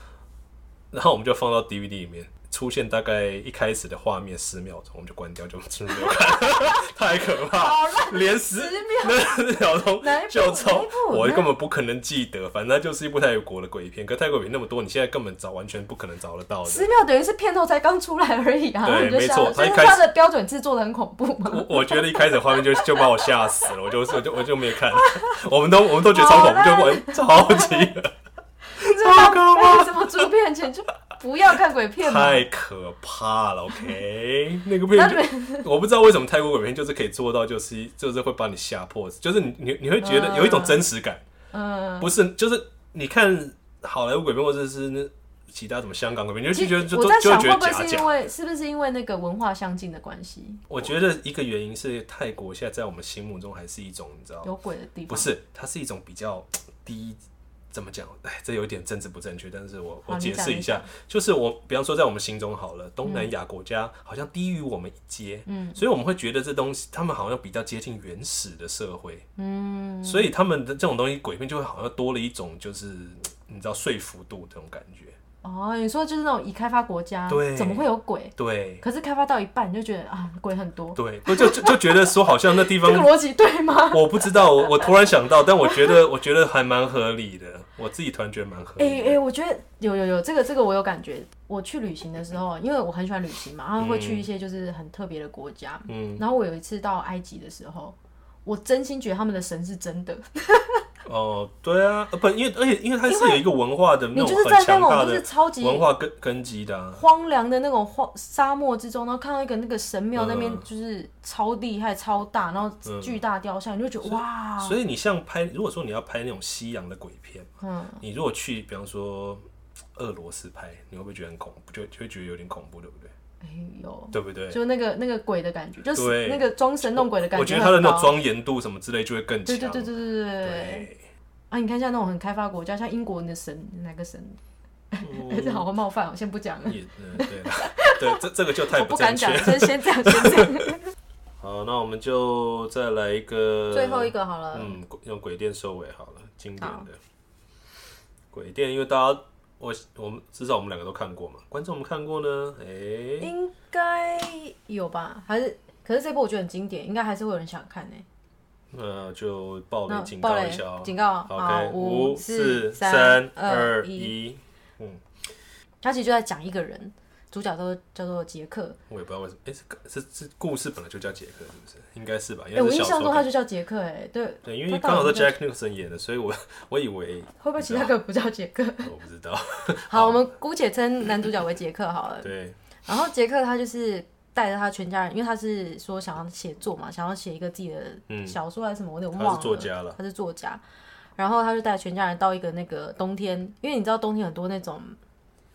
[SPEAKER 1] 然后我们就放到 DVD 里面，出现大概一开始的画面十秒钟，我们就关掉，就就没有看， 太可怕，连十十秒钟
[SPEAKER 2] 哪一部
[SPEAKER 1] 就
[SPEAKER 2] 哪
[SPEAKER 1] 从
[SPEAKER 2] 一部
[SPEAKER 1] 我
[SPEAKER 2] 哪一
[SPEAKER 1] 根本不可能记得，反正它就是一部泰国的鬼片，可泰国鬼片那么多，你现在根本找完全不可能找得到的。
[SPEAKER 2] 十秒等于是片头才刚出来而已啊，
[SPEAKER 1] 对
[SPEAKER 2] 然后你就
[SPEAKER 1] 没
[SPEAKER 2] 吓
[SPEAKER 1] 错
[SPEAKER 2] 了。
[SPEAKER 1] 它
[SPEAKER 2] 所
[SPEAKER 1] 一
[SPEAKER 2] 以
[SPEAKER 1] 开始
[SPEAKER 2] 它的标准制作的很恐怖 嘛。
[SPEAKER 1] 我我觉得一开始画面就就把我吓死了，我就我就我就没 看，我们都我们都觉得超恐怖，就玩超级
[SPEAKER 2] 这浪费什么主片钱，就不要看鬼片嘛。
[SPEAKER 1] 太可怕了，OK？那 个
[SPEAKER 2] 那
[SPEAKER 1] 片
[SPEAKER 2] 你
[SPEAKER 1] 就我不知道为什么泰国鬼片就是可以做到，就是就是会把你吓破，就是你你你会觉得有一种真实感，
[SPEAKER 2] 嗯，
[SPEAKER 1] 不是就是你看好莱坞鬼片或者是那其他什么香港鬼片，你就
[SPEAKER 2] 其
[SPEAKER 1] 觉
[SPEAKER 2] 实
[SPEAKER 1] 得就
[SPEAKER 2] 我
[SPEAKER 1] 都
[SPEAKER 2] 在
[SPEAKER 1] 就
[SPEAKER 2] 想，
[SPEAKER 1] 觉
[SPEAKER 2] 会
[SPEAKER 1] 得
[SPEAKER 2] 不会
[SPEAKER 1] 假
[SPEAKER 2] 是
[SPEAKER 1] 假
[SPEAKER 2] 因。为是不是因为那个文化相近的关系，
[SPEAKER 1] 我觉得一个原因是泰国现在在我们心目中还是一种你知道
[SPEAKER 2] 有鬼的地方？
[SPEAKER 1] 不，是，它是一种比较低，怎么讲？哎，这有点政治不正确，但是我
[SPEAKER 2] 好
[SPEAKER 1] 我
[SPEAKER 2] 你
[SPEAKER 1] 解
[SPEAKER 2] 讲
[SPEAKER 1] 释
[SPEAKER 2] 你
[SPEAKER 1] 一下，就是我比方说在我们心中好了，东南亚国家好像低于我们一阶，
[SPEAKER 2] 嗯
[SPEAKER 1] 所以我们会觉得这东西他们好像比较接近原始的社会，
[SPEAKER 2] 嗯，
[SPEAKER 1] 所以他们的这种东西鬼片就会好像多了一种就是你知道说服度这种感觉，
[SPEAKER 2] 哦，你说就是那种已开发国家，
[SPEAKER 1] 对
[SPEAKER 2] 怎么会有鬼？
[SPEAKER 1] 对
[SPEAKER 2] 可是开发到一半你就觉得啊，鬼很多，
[SPEAKER 1] 对， 我就就就觉得说好像那地
[SPEAKER 2] 这
[SPEAKER 1] 方
[SPEAKER 2] 个逻辑对吗？
[SPEAKER 1] 我不知道，我我突然想到，但我觉得我觉得还蛮合理的，我自己突然觉得蛮合
[SPEAKER 2] 哎哎、
[SPEAKER 1] 理的。
[SPEAKER 2] 欸我觉得有有有这个这个我有感觉。我去旅行的时候，因为我很喜欢旅行嘛，然后会去一些就是很特别的国家。
[SPEAKER 1] 嗯，
[SPEAKER 2] 然后我有一次到埃及的时候，我真心觉得他们的神是真的，
[SPEAKER 1] 哦，对啊，呃不，因为而且因为它是有一个文化的那种
[SPEAKER 2] 你就是在
[SPEAKER 1] 很
[SPEAKER 2] 那
[SPEAKER 1] 强大
[SPEAKER 2] 种就是
[SPEAKER 1] 的
[SPEAKER 2] 超级
[SPEAKER 1] 文化根根基的、啊，
[SPEAKER 2] 荒凉的那种荒沙漠之中，然后看到一个那个神庙那边
[SPEAKER 1] 嗯
[SPEAKER 2] 就是超厉害、超大，然后
[SPEAKER 1] 嗯
[SPEAKER 2] 巨大雕像，你就觉得哇，
[SPEAKER 1] 所以你像拍，如果说你要拍那种西洋的鬼片，
[SPEAKER 2] 嗯，
[SPEAKER 1] 你如果去，比方说俄罗斯拍，你会不会觉得很恐怖？就就会觉得有点恐怖，对不对？
[SPEAKER 2] 哎呦，
[SPEAKER 1] 对不对？
[SPEAKER 2] 就那个那个鬼的感觉，就是
[SPEAKER 1] 对
[SPEAKER 2] 那个装神弄鬼的感
[SPEAKER 1] 我觉得
[SPEAKER 2] 很
[SPEAKER 1] 它的那种
[SPEAKER 2] 高
[SPEAKER 1] 庄严度什么之类就会更强。
[SPEAKER 2] 对对对对对对对。
[SPEAKER 1] 对
[SPEAKER 2] 啊，你看像那种很开发国家，像英国的神哪个神？
[SPEAKER 1] 嗯
[SPEAKER 2] 哎这好会冒犯哦，我先不讲了，
[SPEAKER 1] 也嗯对啦对，这这个就太
[SPEAKER 2] 我不敢
[SPEAKER 1] 正确
[SPEAKER 2] 讲。，先先这样，先这样。
[SPEAKER 1] 好，那我们就再来一个
[SPEAKER 2] 最后一个好 了，
[SPEAKER 1] 嗯，鬼用鬼店收尾好了，经典
[SPEAKER 2] 好
[SPEAKER 1] 的鬼店，因为大家我我们至少我们两个都看过嘛，观众我们看过呢，哎、
[SPEAKER 2] 应该有吧？还是可是这部我觉得很经典，应该还是会有人想看欸呢。
[SPEAKER 1] 那就暴
[SPEAKER 2] 那
[SPEAKER 1] 雷警
[SPEAKER 2] 爆
[SPEAKER 1] 告
[SPEAKER 2] 雷
[SPEAKER 1] 一下哦，
[SPEAKER 2] 警告好
[SPEAKER 1] OK，
[SPEAKER 2] 五
[SPEAKER 1] 四
[SPEAKER 2] 四
[SPEAKER 1] 三
[SPEAKER 2] 二
[SPEAKER 1] 二
[SPEAKER 2] 一
[SPEAKER 1] 一，
[SPEAKER 2] 他其实就在讲一个人，主角都叫做杰克。
[SPEAKER 1] 我也不知道为什么，哎、是是是故事本来就叫杰克，是不是？应该是吧，因
[SPEAKER 2] 哎、
[SPEAKER 1] 为
[SPEAKER 2] 我
[SPEAKER 1] 是
[SPEAKER 2] 印
[SPEAKER 1] 小
[SPEAKER 2] 象
[SPEAKER 1] 说
[SPEAKER 2] 中
[SPEAKER 1] 改
[SPEAKER 2] 他就叫杰克、哎，对，
[SPEAKER 1] 对，因为
[SPEAKER 2] 他
[SPEAKER 1] 刚
[SPEAKER 2] 到
[SPEAKER 1] 好
[SPEAKER 2] 底
[SPEAKER 1] 是
[SPEAKER 2] 是叫
[SPEAKER 1] Jack Nicholson 演的，所以我 我以为
[SPEAKER 2] 会不会其他个不叫杰 克？
[SPEAKER 1] 我不知 道，
[SPEAKER 2] 好，我们姑且称男主角为杰克好了。
[SPEAKER 1] 对，
[SPEAKER 2] 然后杰克他就是带着他全家人，因为他是说想要写作嘛，想要写一个自己的小说还是什么，我有点忘了。
[SPEAKER 1] 嗯他是作家了，
[SPEAKER 2] 他是作家。然后他就带全家人到一个那个冬天，因为你知道冬天很多那种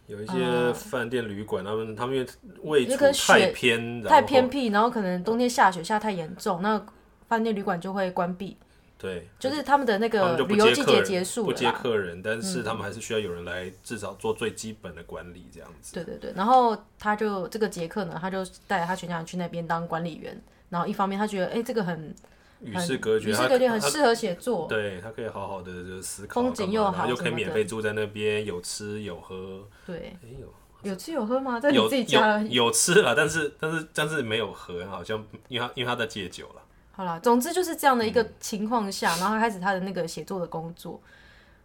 [SPEAKER 1] 有一些饭店旅馆，他们他们因为位
[SPEAKER 2] 啊就
[SPEAKER 1] 处
[SPEAKER 2] 跟
[SPEAKER 1] 太
[SPEAKER 2] 雪
[SPEAKER 1] 偏，然
[SPEAKER 2] 太
[SPEAKER 1] 后
[SPEAKER 2] 偏僻，然后可能冬天下雪下太严重，那饭店旅馆就会关闭，
[SPEAKER 1] 对，
[SPEAKER 2] 就是他们的那
[SPEAKER 1] 他们
[SPEAKER 2] 个
[SPEAKER 1] 就不
[SPEAKER 2] 旅
[SPEAKER 1] 接
[SPEAKER 2] 游季
[SPEAKER 1] 客
[SPEAKER 2] 节
[SPEAKER 1] 人
[SPEAKER 2] 结束
[SPEAKER 1] 不
[SPEAKER 2] 了
[SPEAKER 1] 接
[SPEAKER 2] 啦。嗯
[SPEAKER 1] 客人，但是他们还是需要有人来至少做最基本的管理这样子。
[SPEAKER 2] 对对对，然后他就这个杰克呢，他就带他全家人去那边当管理员，然后一方面他觉得哎、这个很
[SPEAKER 1] 与
[SPEAKER 2] 很
[SPEAKER 1] 世隔绝，
[SPEAKER 2] 与
[SPEAKER 1] 他
[SPEAKER 2] 世隔绝，很
[SPEAKER 1] 他
[SPEAKER 2] 适合写作，
[SPEAKER 1] 对他可以好好的就是思考干嘛，
[SPEAKER 2] 风景又
[SPEAKER 1] 然后
[SPEAKER 2] 好
[SPEAKER 1] 又
[SPEAKER 2] 什
[SPEAKER 1] 可以
[SPEAKER 2] 么
[SPEAKER 1] 免
[SPEAKER 2] 的
[SPEAKER 1] 费住在那边，有吃有喝，
[SPEAKER 2] 对，
[SPEAKER 1] 哎有
[SPEAKER 2] 有吃有喝吗？在你
[SPEAKER 1] 有
[SPEAKER 2] 自己家 而
[SPEAKER 1] 有
[SPEAKER 2] 已。
[SPEAKER 1] 有吃了，但是但是但是没有喝，好像因为他因为他在戒酒了。
[SPEAKER 2] 好啦，总之就是这样的一个
[SPEAKER 1] 嗯
[SPEAKER 2] 情况下，然后他开始他的那个写作的工作，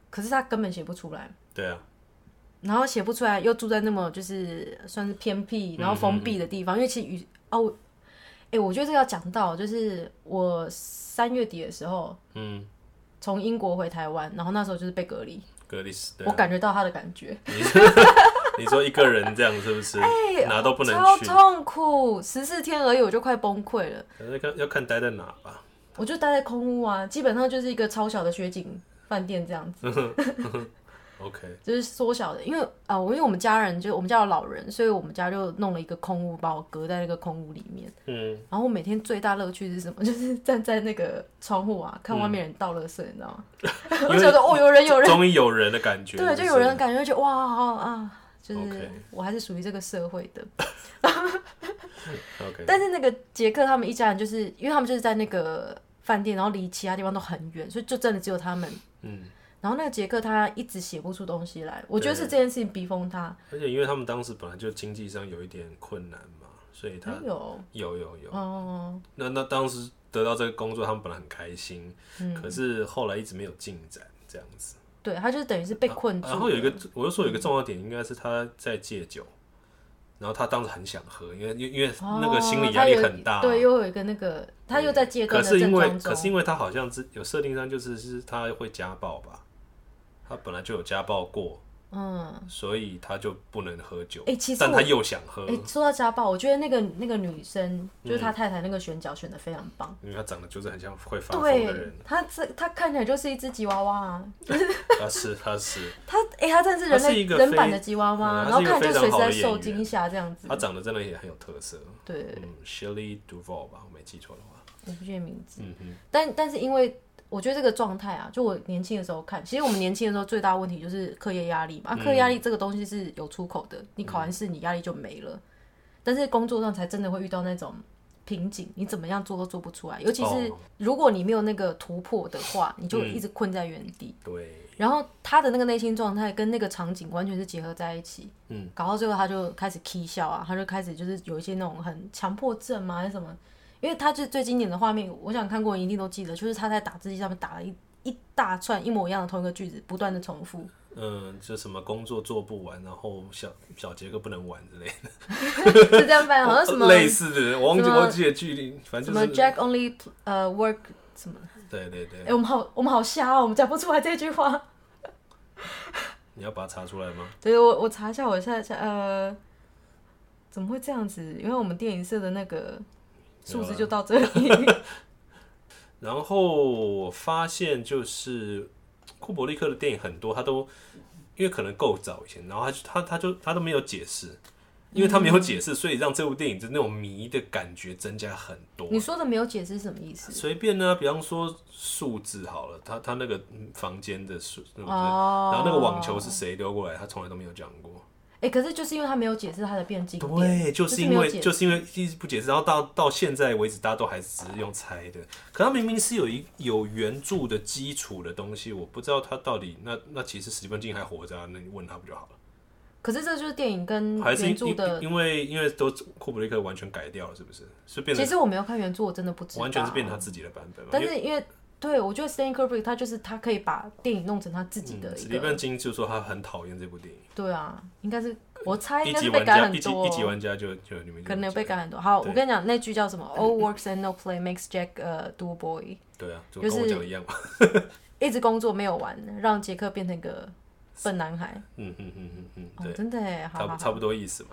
[SPEAKER 2] 可是他根本写不出来，
[SPEAKER 1] 对啊，
[SPEAKER 2] 然后写不出来，又住在那么就是算是偏
[SPEAKER 1] 嗯
[SPEAKER 2] 僻然后封闭的地方，因为其实与哦，我哎、我觉得这个要讲到，就是我三月底的时候
[SPEAKER 1] 嗯，
[SPEAKER 2] 从英国回台湾，然后那时候就是被隔离，
[SPEAKER 1] 格里斯，对
[SPEAKER 2] 我
[SPEAKER 1] 啊，
[SPEAKER 2] 感觉到他的感觉，
[SPEAKER 1] 你你说一个人这样是不是？哪都不能
[SPEAKER 2] 哎超
[SPEAKER 1] 去，
[SPEAKER 2] 痛苦，十四天而已，我就快崩溃了。
[SPEAKER 1] 可是看要看待在哪吧。
[SPEAKER 2] 我就待在空屋啊，基本上就是一个超小的雪景饭店这样子，
[SPEAKER 1] OK，
[SPEAKER 2] 就是缩小的。因为啊，我、因为我们家人就我们家有老人，所以我们家就弄了一个空屋，把我隔在那个空屋里面。
[SPEAKER 1] 嗯，
[SPEAKER 2] 然后我每天最大乐趣是什么？ 就是站在那个窗户啊，看外面人倒垃圾，你 知道吗？ 我就觉得哦，有人有人，
[SPEAKER 1] 终于嗯有人的感觉，
[SPEAKER 2] 对，就有人感觉觉得哇好啊，就是
[SPEAKER 1] OK
[SPEAKER 2] 我还是属于这个社会的。
[SPEAKER 1] 是 OK，
[SPEAKER 2] 但是那个杰克他们一家人，就是因为他们就是在那个饭店，然后离其他地方都很远，所以就真的只有他们。
[SPEAKER 1] 嗯，
[SPEAKER 2] 然后那个杰克他一直写不出东西来，我觉得是
[SPEAKER 1] 对
[SPEAKER 2] 这件事情逼疯他。
[SPEAKER 1] 而且因为他们当时本来就经济上有一点困难嘛，所以
[SPEAKER 2] 哎
[SPEAKER 1] 他
[SPEAKER 2] 呦，
[SPEAKER 1] 有有有，
[SPEAKER 2] 哦，
[SPEAKER 1] 那那当时得到这个工作，他们本来很开心，
[SPEAKER 2] 嗯
[SPEAKER 1] 可是后来一直没有进展，这样子。
[SPEAKER 2] 对，他就是等于是被困住。
[SPEAKER 1] 然啊后有一个，我就说有一个重要点，应该是他在戒酒，然后他当时很想喝，因为因为因为
[SPEAKER 2] 哦
[SPEAKER 1] 那个心理压力很大，
[SPEAKER 2] 他有对，又有一个那个，他又在阶段
[SPEAKER 1] 可
[SPEAKER 2] 的
[SPEAKER 1] 是因
[SPEAKER 2] 症
[SPEAKER 1] 为
[SPEAKER 2] 状
[SPEAKER 1] 可是
[SPEAKER 2] 中。
[SPEAKER 1] 因为他好像是有设定上就是是他会家暴吧，他本来就有家暴过，
[SPEAKER 2] 嗯，
[SPEAKER 1] 所以他就不能喝酒。
[SPEAKER 2] 哎其实
[SPEAKER 1] 但
[SPEAKER 2] 我
[SPEAKER 1] 他又想喝，
[SPEAKER 2] 哎、说到家暴，我觉得那个那个女生，
[SPEAKER 1] 嗯
[SPEAKER 2] 就是他太太那个选角选的非常棒。
[SPEAKER 1] 因为他长得就是很像会发疯的
[SPEAKER 2] 对
[SPEAKER 1] 人，
[SPEAKER 2] 他这他看起来就是一只吉娃娃啊，
[SPEAKER 1] 他是他是
[SPEAKER 2] 他哎、他真的是人
[SPEAKER 1] 他是一
[SPEAKER 2] 类
[SPEAKER 1] 个
[SPEAKER 2] 人版
[SPEAKER 1] 非
[SPEAKER 2] 的吉娃
[SPEAKER 1] 嗯
[SPEAKER 2] 娃，然
[SPEAKER 1] 他
[SPEAKER 2] 后
[SPEAKER 1] 是一个
[SPEAKER 2] 看就随
[SPEAKER 1] 非
[SPEAKER 2] 时
[SPEAKER 1] 常好
[SPEAKER 2] 在
[SPEAKER 1] 的
[SPEAKER 2] 受
[SPEAKER 1] 演员
[SPEAKER 2] 惊吓这样子
[SPEAKER 1] 他。长得真的也很有特色。
[SPEAKER 2] 对，
[SPEAKER 1] 嗯，Shirley Duval 吧，我没记错的话。
[SPEAKER 2] 我不记得名字，
[SPEAKER 1] 嗯哼，
[SPEAKER 2] 但但是因为我觉得这个状态啊，就我年轻的时候看，其实我们年轻的时候最大的问题就是课业压力嘛，
[SPEAKER 1] 嗯
[SPEAKER 2] 啊课业压力这个东西是有出口的，你考完试你压力就没了，但是工作上才真的会遇到那种瓶颈，你怎么样做都做不出来，尤其是
[SPEAKER 1] 哦嗯
[SPEAKER 2] 如果你没有那个突破的话，你就一直困在原地。
[SPEAKER 1] 对，
[SPEAKER 2] 然后他的那个内心状态跟那个场景完全是结合在一起，
[SPEAKER 1] 嗯，
[SPEAKER 2] 搞到最后他就开始 k 笑啊，他就开始就是有一些那种很强迫症嘛还是什么，因为他就是最经典的画面，我想看过人一定都记得，就是他在打字机上面打了一一大串一模一样的同一个句子，不断的重复，
[SPEAKER 1] 嗯，就什么工作做不完，然后小小杰哥不能玩之类的，
[SPEAKER 2] 是这样翻，好啊像什 么
[SPEAKER 1] 类似的，我忘记
[SPEAKER 2] 什么
[SPEAKER 1] 忘记了距离，哦反
[SPEAKER 2] 什
[SPEAKER 1] 正
[SPEAKER 2] 么
[SPEAKER 1] 就是
[SPEAKER 2] Jack only 呃 work 什么的，
[SPEAKER 1] 对对
[SPEAKER 2] 哎、
[SPEAKER 1] 对，
[SPEAKER 2] 我们好我们好瞎哦，我们讲不出来这句话。
[SPEAKER 1] 你要把它查出来吗？
[SPEAKER 2] 对，我我查一下，我下下呃，怎么会这样子？因为我们电影社的那个数字就到这里。
[SPEAKER 1] 然后我发现就是库伯利克的电影很多，他都因为可能够早以前，然后他就他他就他都没有解释，因为他没有解释，所以让这部电影的那种迷的感觉增加很多。
[SPEAKER 2] 你说的没有解释是什么意思？
[SPEAKER 1] 随便呢、比方说数字好了，他他那个嗯房间的数，那种
[SPEAKER 2] 哦
[SPEAKER 1] 然后那个网球是谁丢过来，他从来都没有讲过。
[SPEAKER 2] 哎、可是就是因为他没有解释，他的变经典。
[SPEAKER 1] 对，就
[SPEAKER 2] 就是是
[SPEAKER 1] 因
[SPEAKER 2] 没有
[SPEAKER 1] 为
[SPEAKER 2] 解释
[SPEAKER 1] 就是因为一直不解释，然后到到现在为止，大家都还是只是用猜的。可他明明是有一有原著的基础的东西，我不知道他到底那那其实史蒂芬金还活着、啊，那你问他不就好了？
[SPEAKER 2] 可是这就是电影跟
[SPEAKER 1] 还是
[SPEAKER 2] 原
[SPEAKER 1] 因
[SPEAKER 2] 著嗯的。
[SPEAKER 1] 因为因为都库布里克完全改掉了，是不是？是变
[SPEAKER 2] 其
[SPEAKER 1] 成
[SPEAKER 2] 实我没有看原著，我真的不知道。
[SPEAKER 1] 完全是变成他自己的版本嘛？
[SPEAKER 2] 但
[SPEAKER 1] 因为
[SPEAKER 2] 是因为对我觉得 Stanley Kubrick 他就是他可以把电影弄成他自己的
[SPEAKER 1] 史
[SPEAKER 2] 一
[SPEAKER 1] 蒂
[SPEAKER 2] 个。
[SPEAKER 1] 芬金就说他很讨厌这部电影。
[SPEAKER 2] 对啊，应该是我猜应
[SPEAKER 1] 一
[SPEAKER 2] 该
[SPEAKER 1] 级
[SPEAKER 2] 是被
[SPEAKER 1] 玩
[SPEAKER 2] 改
[SPEAKER 1] 家，
[SPEAKER 2] 很
[SPEAKER 1] 一级
[SPEAKER 2] 多
[SPEAKER 1] 一级
[SPEAKER 2] 哦，
[SPEAKER 1] 玩家就就你们就
[SPEAKER 2] 可能有被
[SPEAKER 1] 讲
[SPEAKER 2] 改很多。好，我
[SPEAKER 1] 对
[SPEAKER 2] 跟你讲，那句叫什么？All works and no play makes Jack a dull boy。
[SPEAKER 1] 对啊，就
[SPEAKER 2] 就
[SPEAKER 1] 跟我
[SPEAKER 2] 是
[SPEAKER 1] 讲的一样嘛。
[SPEAKER 2] 一直工作没有玩，让杰克变成个笨男孩。
[SPEAKER 1] 嗯嗯嗯嗯嗯，
[SPEAKER 2] 哦，
[SPEAKER 1] 对，
[SPEAKER 2] 真的耶，
[SPEAKER 1] 差
[SPEAKER 2] 好好
[SPEAKER 1] 不差
[SPEAKER 2] 好
[SPEAKER 1] 不多意思嘛。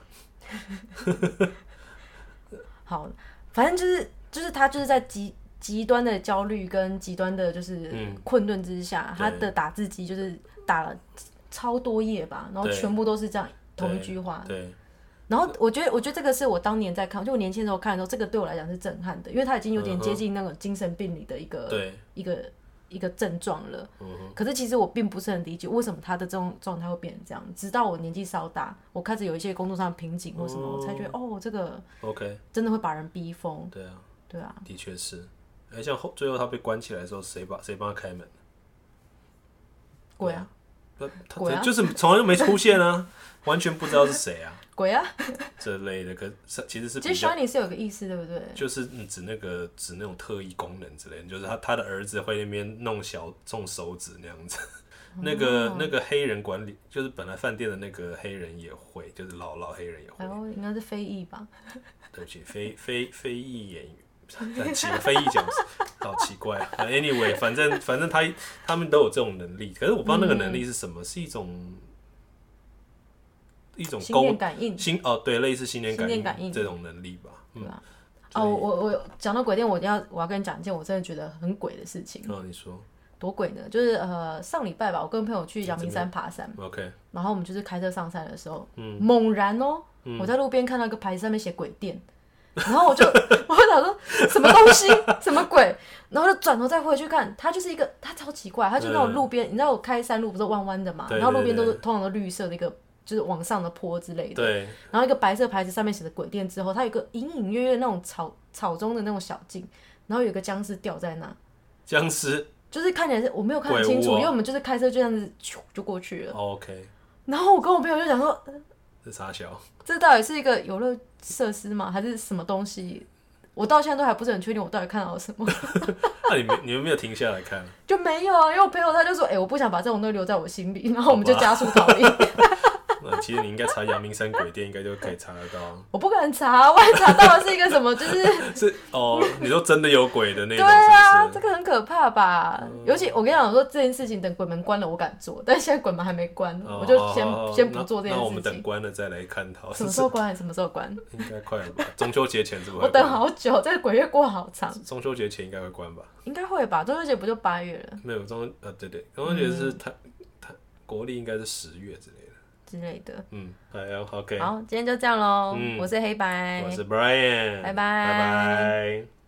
[SPEAKER 2] 好，反正就是就是他就是在极极端的焦虑跟极端的就是
[SPEAKER 1] 嗯
[SPEAKER 2] 困顿之下，
[SPEAKER 1] 对
[SPEAKER 2] 他的打字机就是打了超多页吧，然后
[SPEAKER 1] 对
[SPEAKER 2] 全部都是这样
[SPEAKER 1] 对
[SPEAKER 2] 同一句话。
[SPEAKER 1] 对，
[SPEAKER 2] 然后我觉得，我觉得这个是我当年在看，就我年轻的时候看的时候，这个对我来讲是震撼的，因为他已经有点
[SPEAKER 1] 嗯哼
[SPEAKER 2] 接近那种精神病理的一个、
[SPEAKER 1] 对，
[SPEAKER 2] 一个一个症状了。
[SPEAKER 1] 嗯哼，
[SPEAKER 2] 可是其实我并不是很理解为什么他的这种状态会变成这样，直到我年纪稍大，我开始有一些工作上的瓶颈或什么，
[SPEAKER 1] 哦
[SPEAKER 2] 我才觉得哦，这个
[SPEAKER 1] OK，
[SPEAKER 2] 真的会把人逼疯，
[SPEAKER 1] 对啊，
[SPEAKER 2] 对啊，
[SPEAKER 1] 的确是。哎，像后最后他被关起来的时候，谁把谁帮他开门？
[SPEAKER 2] 鬼啊
[SPEAKER 1] 不，他
[SPEAKER 2] 鬼啊
[SPEAKER 1] 他就是从来就没出现啊，完全不知道是谁啊
[SPEAKER 2] 鬼啊！
[SPEAKER 1] 这类的。可是其实是
[SPEAKER 2] 其
[SPEAKER 1] 比
[SPEAKER 2] 实
[SPEAKER 1] 较，
[SPEAKER 2] Shiny 是有个意思，对不对？
[SPEAKER 1] 就是嗯指那个指那种特异功能之类的，就是他他的儿子会那边弄小种手指那样子。那
[SPEAKER 2] 哦
[SPEAKER 1] 个那个黑人管理，就是本来饭店的那个黑人也会，就是老老黑人也会
[SPEAKER 2] 然。后应该是非议吧，
[SPEAKER 1] 对不起，非非非裔演员， 但奇怪，非裔讲师好奇怪啊。Anyway，反正反正他他们都有这种能力，可是我不知道那个能力是什么，是一种一种
[SPEAKER 2] 心
[SPEAKER 1] 沟
[SPEAKER 2] 电感应，
[SPEAKER 1] 心哦，对，类似心电感
[SPEAKER 2] 心
[SPEAKER 1] 应
[SPEAKER 2] 电感应
[SPEAKER 1] 这种能力吧。嗯
[SPEAKER 2] 对吧？
[SPEAKER 1] 所
[SPEAKER 2] 哦，
[SPEAKER 1] 以
[SPEAKER 2] 我我讲到鬼店，我要我要跟你讲一件我真的觉得很鬼的事情，
[SPEAKER 1] 然哦后你说
[SPEAKER 2] 多鬼呢？就是呃上礼拜吧，我跟朋友去阳明
[SPEAKER 1] 真
[SPEAKER 2] 山爬山，
[SPEAKER 1] OK，
[SPEAKER 2] 然后我们就是开车上山的时候，
[SPEAKER 1] 嗯
[SPEAKER 2] 猛然哦，我在路边看到一个牌子上面写鬼店，然后我就 我就想说什么东西，什么鬼，然后就转头再回去看，它就是一个，它超奇怪，它就那种路边，你知道我开山路不是弯弯的嘛，
[SPEAKER 1] 嗯对
[SPEAKER 2] 然后路边都是
[SPEAKER 1] 对
[SPEAKER 2] 通常都绿色的一个。就是往上的坡之类的，
[SPEAKER 1] 对，
[SPEAKER 2] 然后一个白色牌子上面写着“鬼店”之后，它有一个隐隐约约那种草草中的那种小径，然后有一个僵尸吊在那，
[SPEAKER 1] 僵尸
[SPEAKER 2] 就是看起来是我没有看得
[SPEAKER 1] 鬼屋
[SPEAKER 2] 清楚，
[SPEAKER 1] 哦
[SPEAKER 2] 因为我们就是开车就这样子咻就过去了。
[SPEAKER 1] OK，
[SPEAKER 2] 然后我跟我朋友就想说，
[SPEAKER 1] 是傻小，
[SPEAKER 2] 这到底是一个游乐设施吗？还是什么东西？我到现在都还不是很确定我到底看到了什么，
[SPEAKER 1] 那你们你们没有停下来看？
[SPEAKER 2] 就没有啊。因为我朋友他就说：“哎、我不想把这种东西留在我心里。”然后我们就加速逃 离。
[SPEAKER 1] 那其实你应该查阳明山鬼店，应该就可以查得到。
[SPEAKER 2] 我不敢查，万一查到的是一个什 么，就是
[SPEAKER 1] 是哦，你说真的有鬼的那
[SPEAKER 2] 对
[SPEAKER 1] 种，是
[SPEAKER 2] 啊，
[SPEAKER 1] 不是
[SPEAKER 2] 这？个很可怕吧？尤其我跟你讲，我说这件事情等鬼门关了我敢做，但现在鬼门还没关，
[SPEAKER 1] 哦
[SPEAKER 2] 我就先
[SPEAKER 1] 哦哦
[SPEAKER 2] 先不做这
[SPEAKER 1] 那那我
[SPEAKER 2] 件事
[SPEAKER 1] 们等
[SPEAKER 2] 情。
[SPEAKER 1] 关了再来看它，
[SPEAKER 2] 什么时候关？什么时候关？
[SPEAKER 1] 应该快了吧？ 中秋节前是不是？
[SPEAKER 2] 我等。好久，这个鬼月过好长，
[SPEAKER 1] 中秋节前应该会关吧？
[SPEAKER 2] 应该会吧？中秋节不就八月了
[SPEAKER 1] 没有中呃，对对，中秋节
[SPEAKER 2] 嗯
[SPEAKER 1] 是它它国历应该是十月之类的。
[SPEAKER 2] 之类的。
[SPEAKER 1] 嗯，哎呀，OK，
[SPEAKER 2] 好，今天就这样喽。
[SPEAKER 1] 嗯
[SPEAKER 2] 我是黑白，
[SPEAKER 1] 我是 Brian，
[SPEAKER 2] 拜拜
[SPEAKER 1] 拜拜。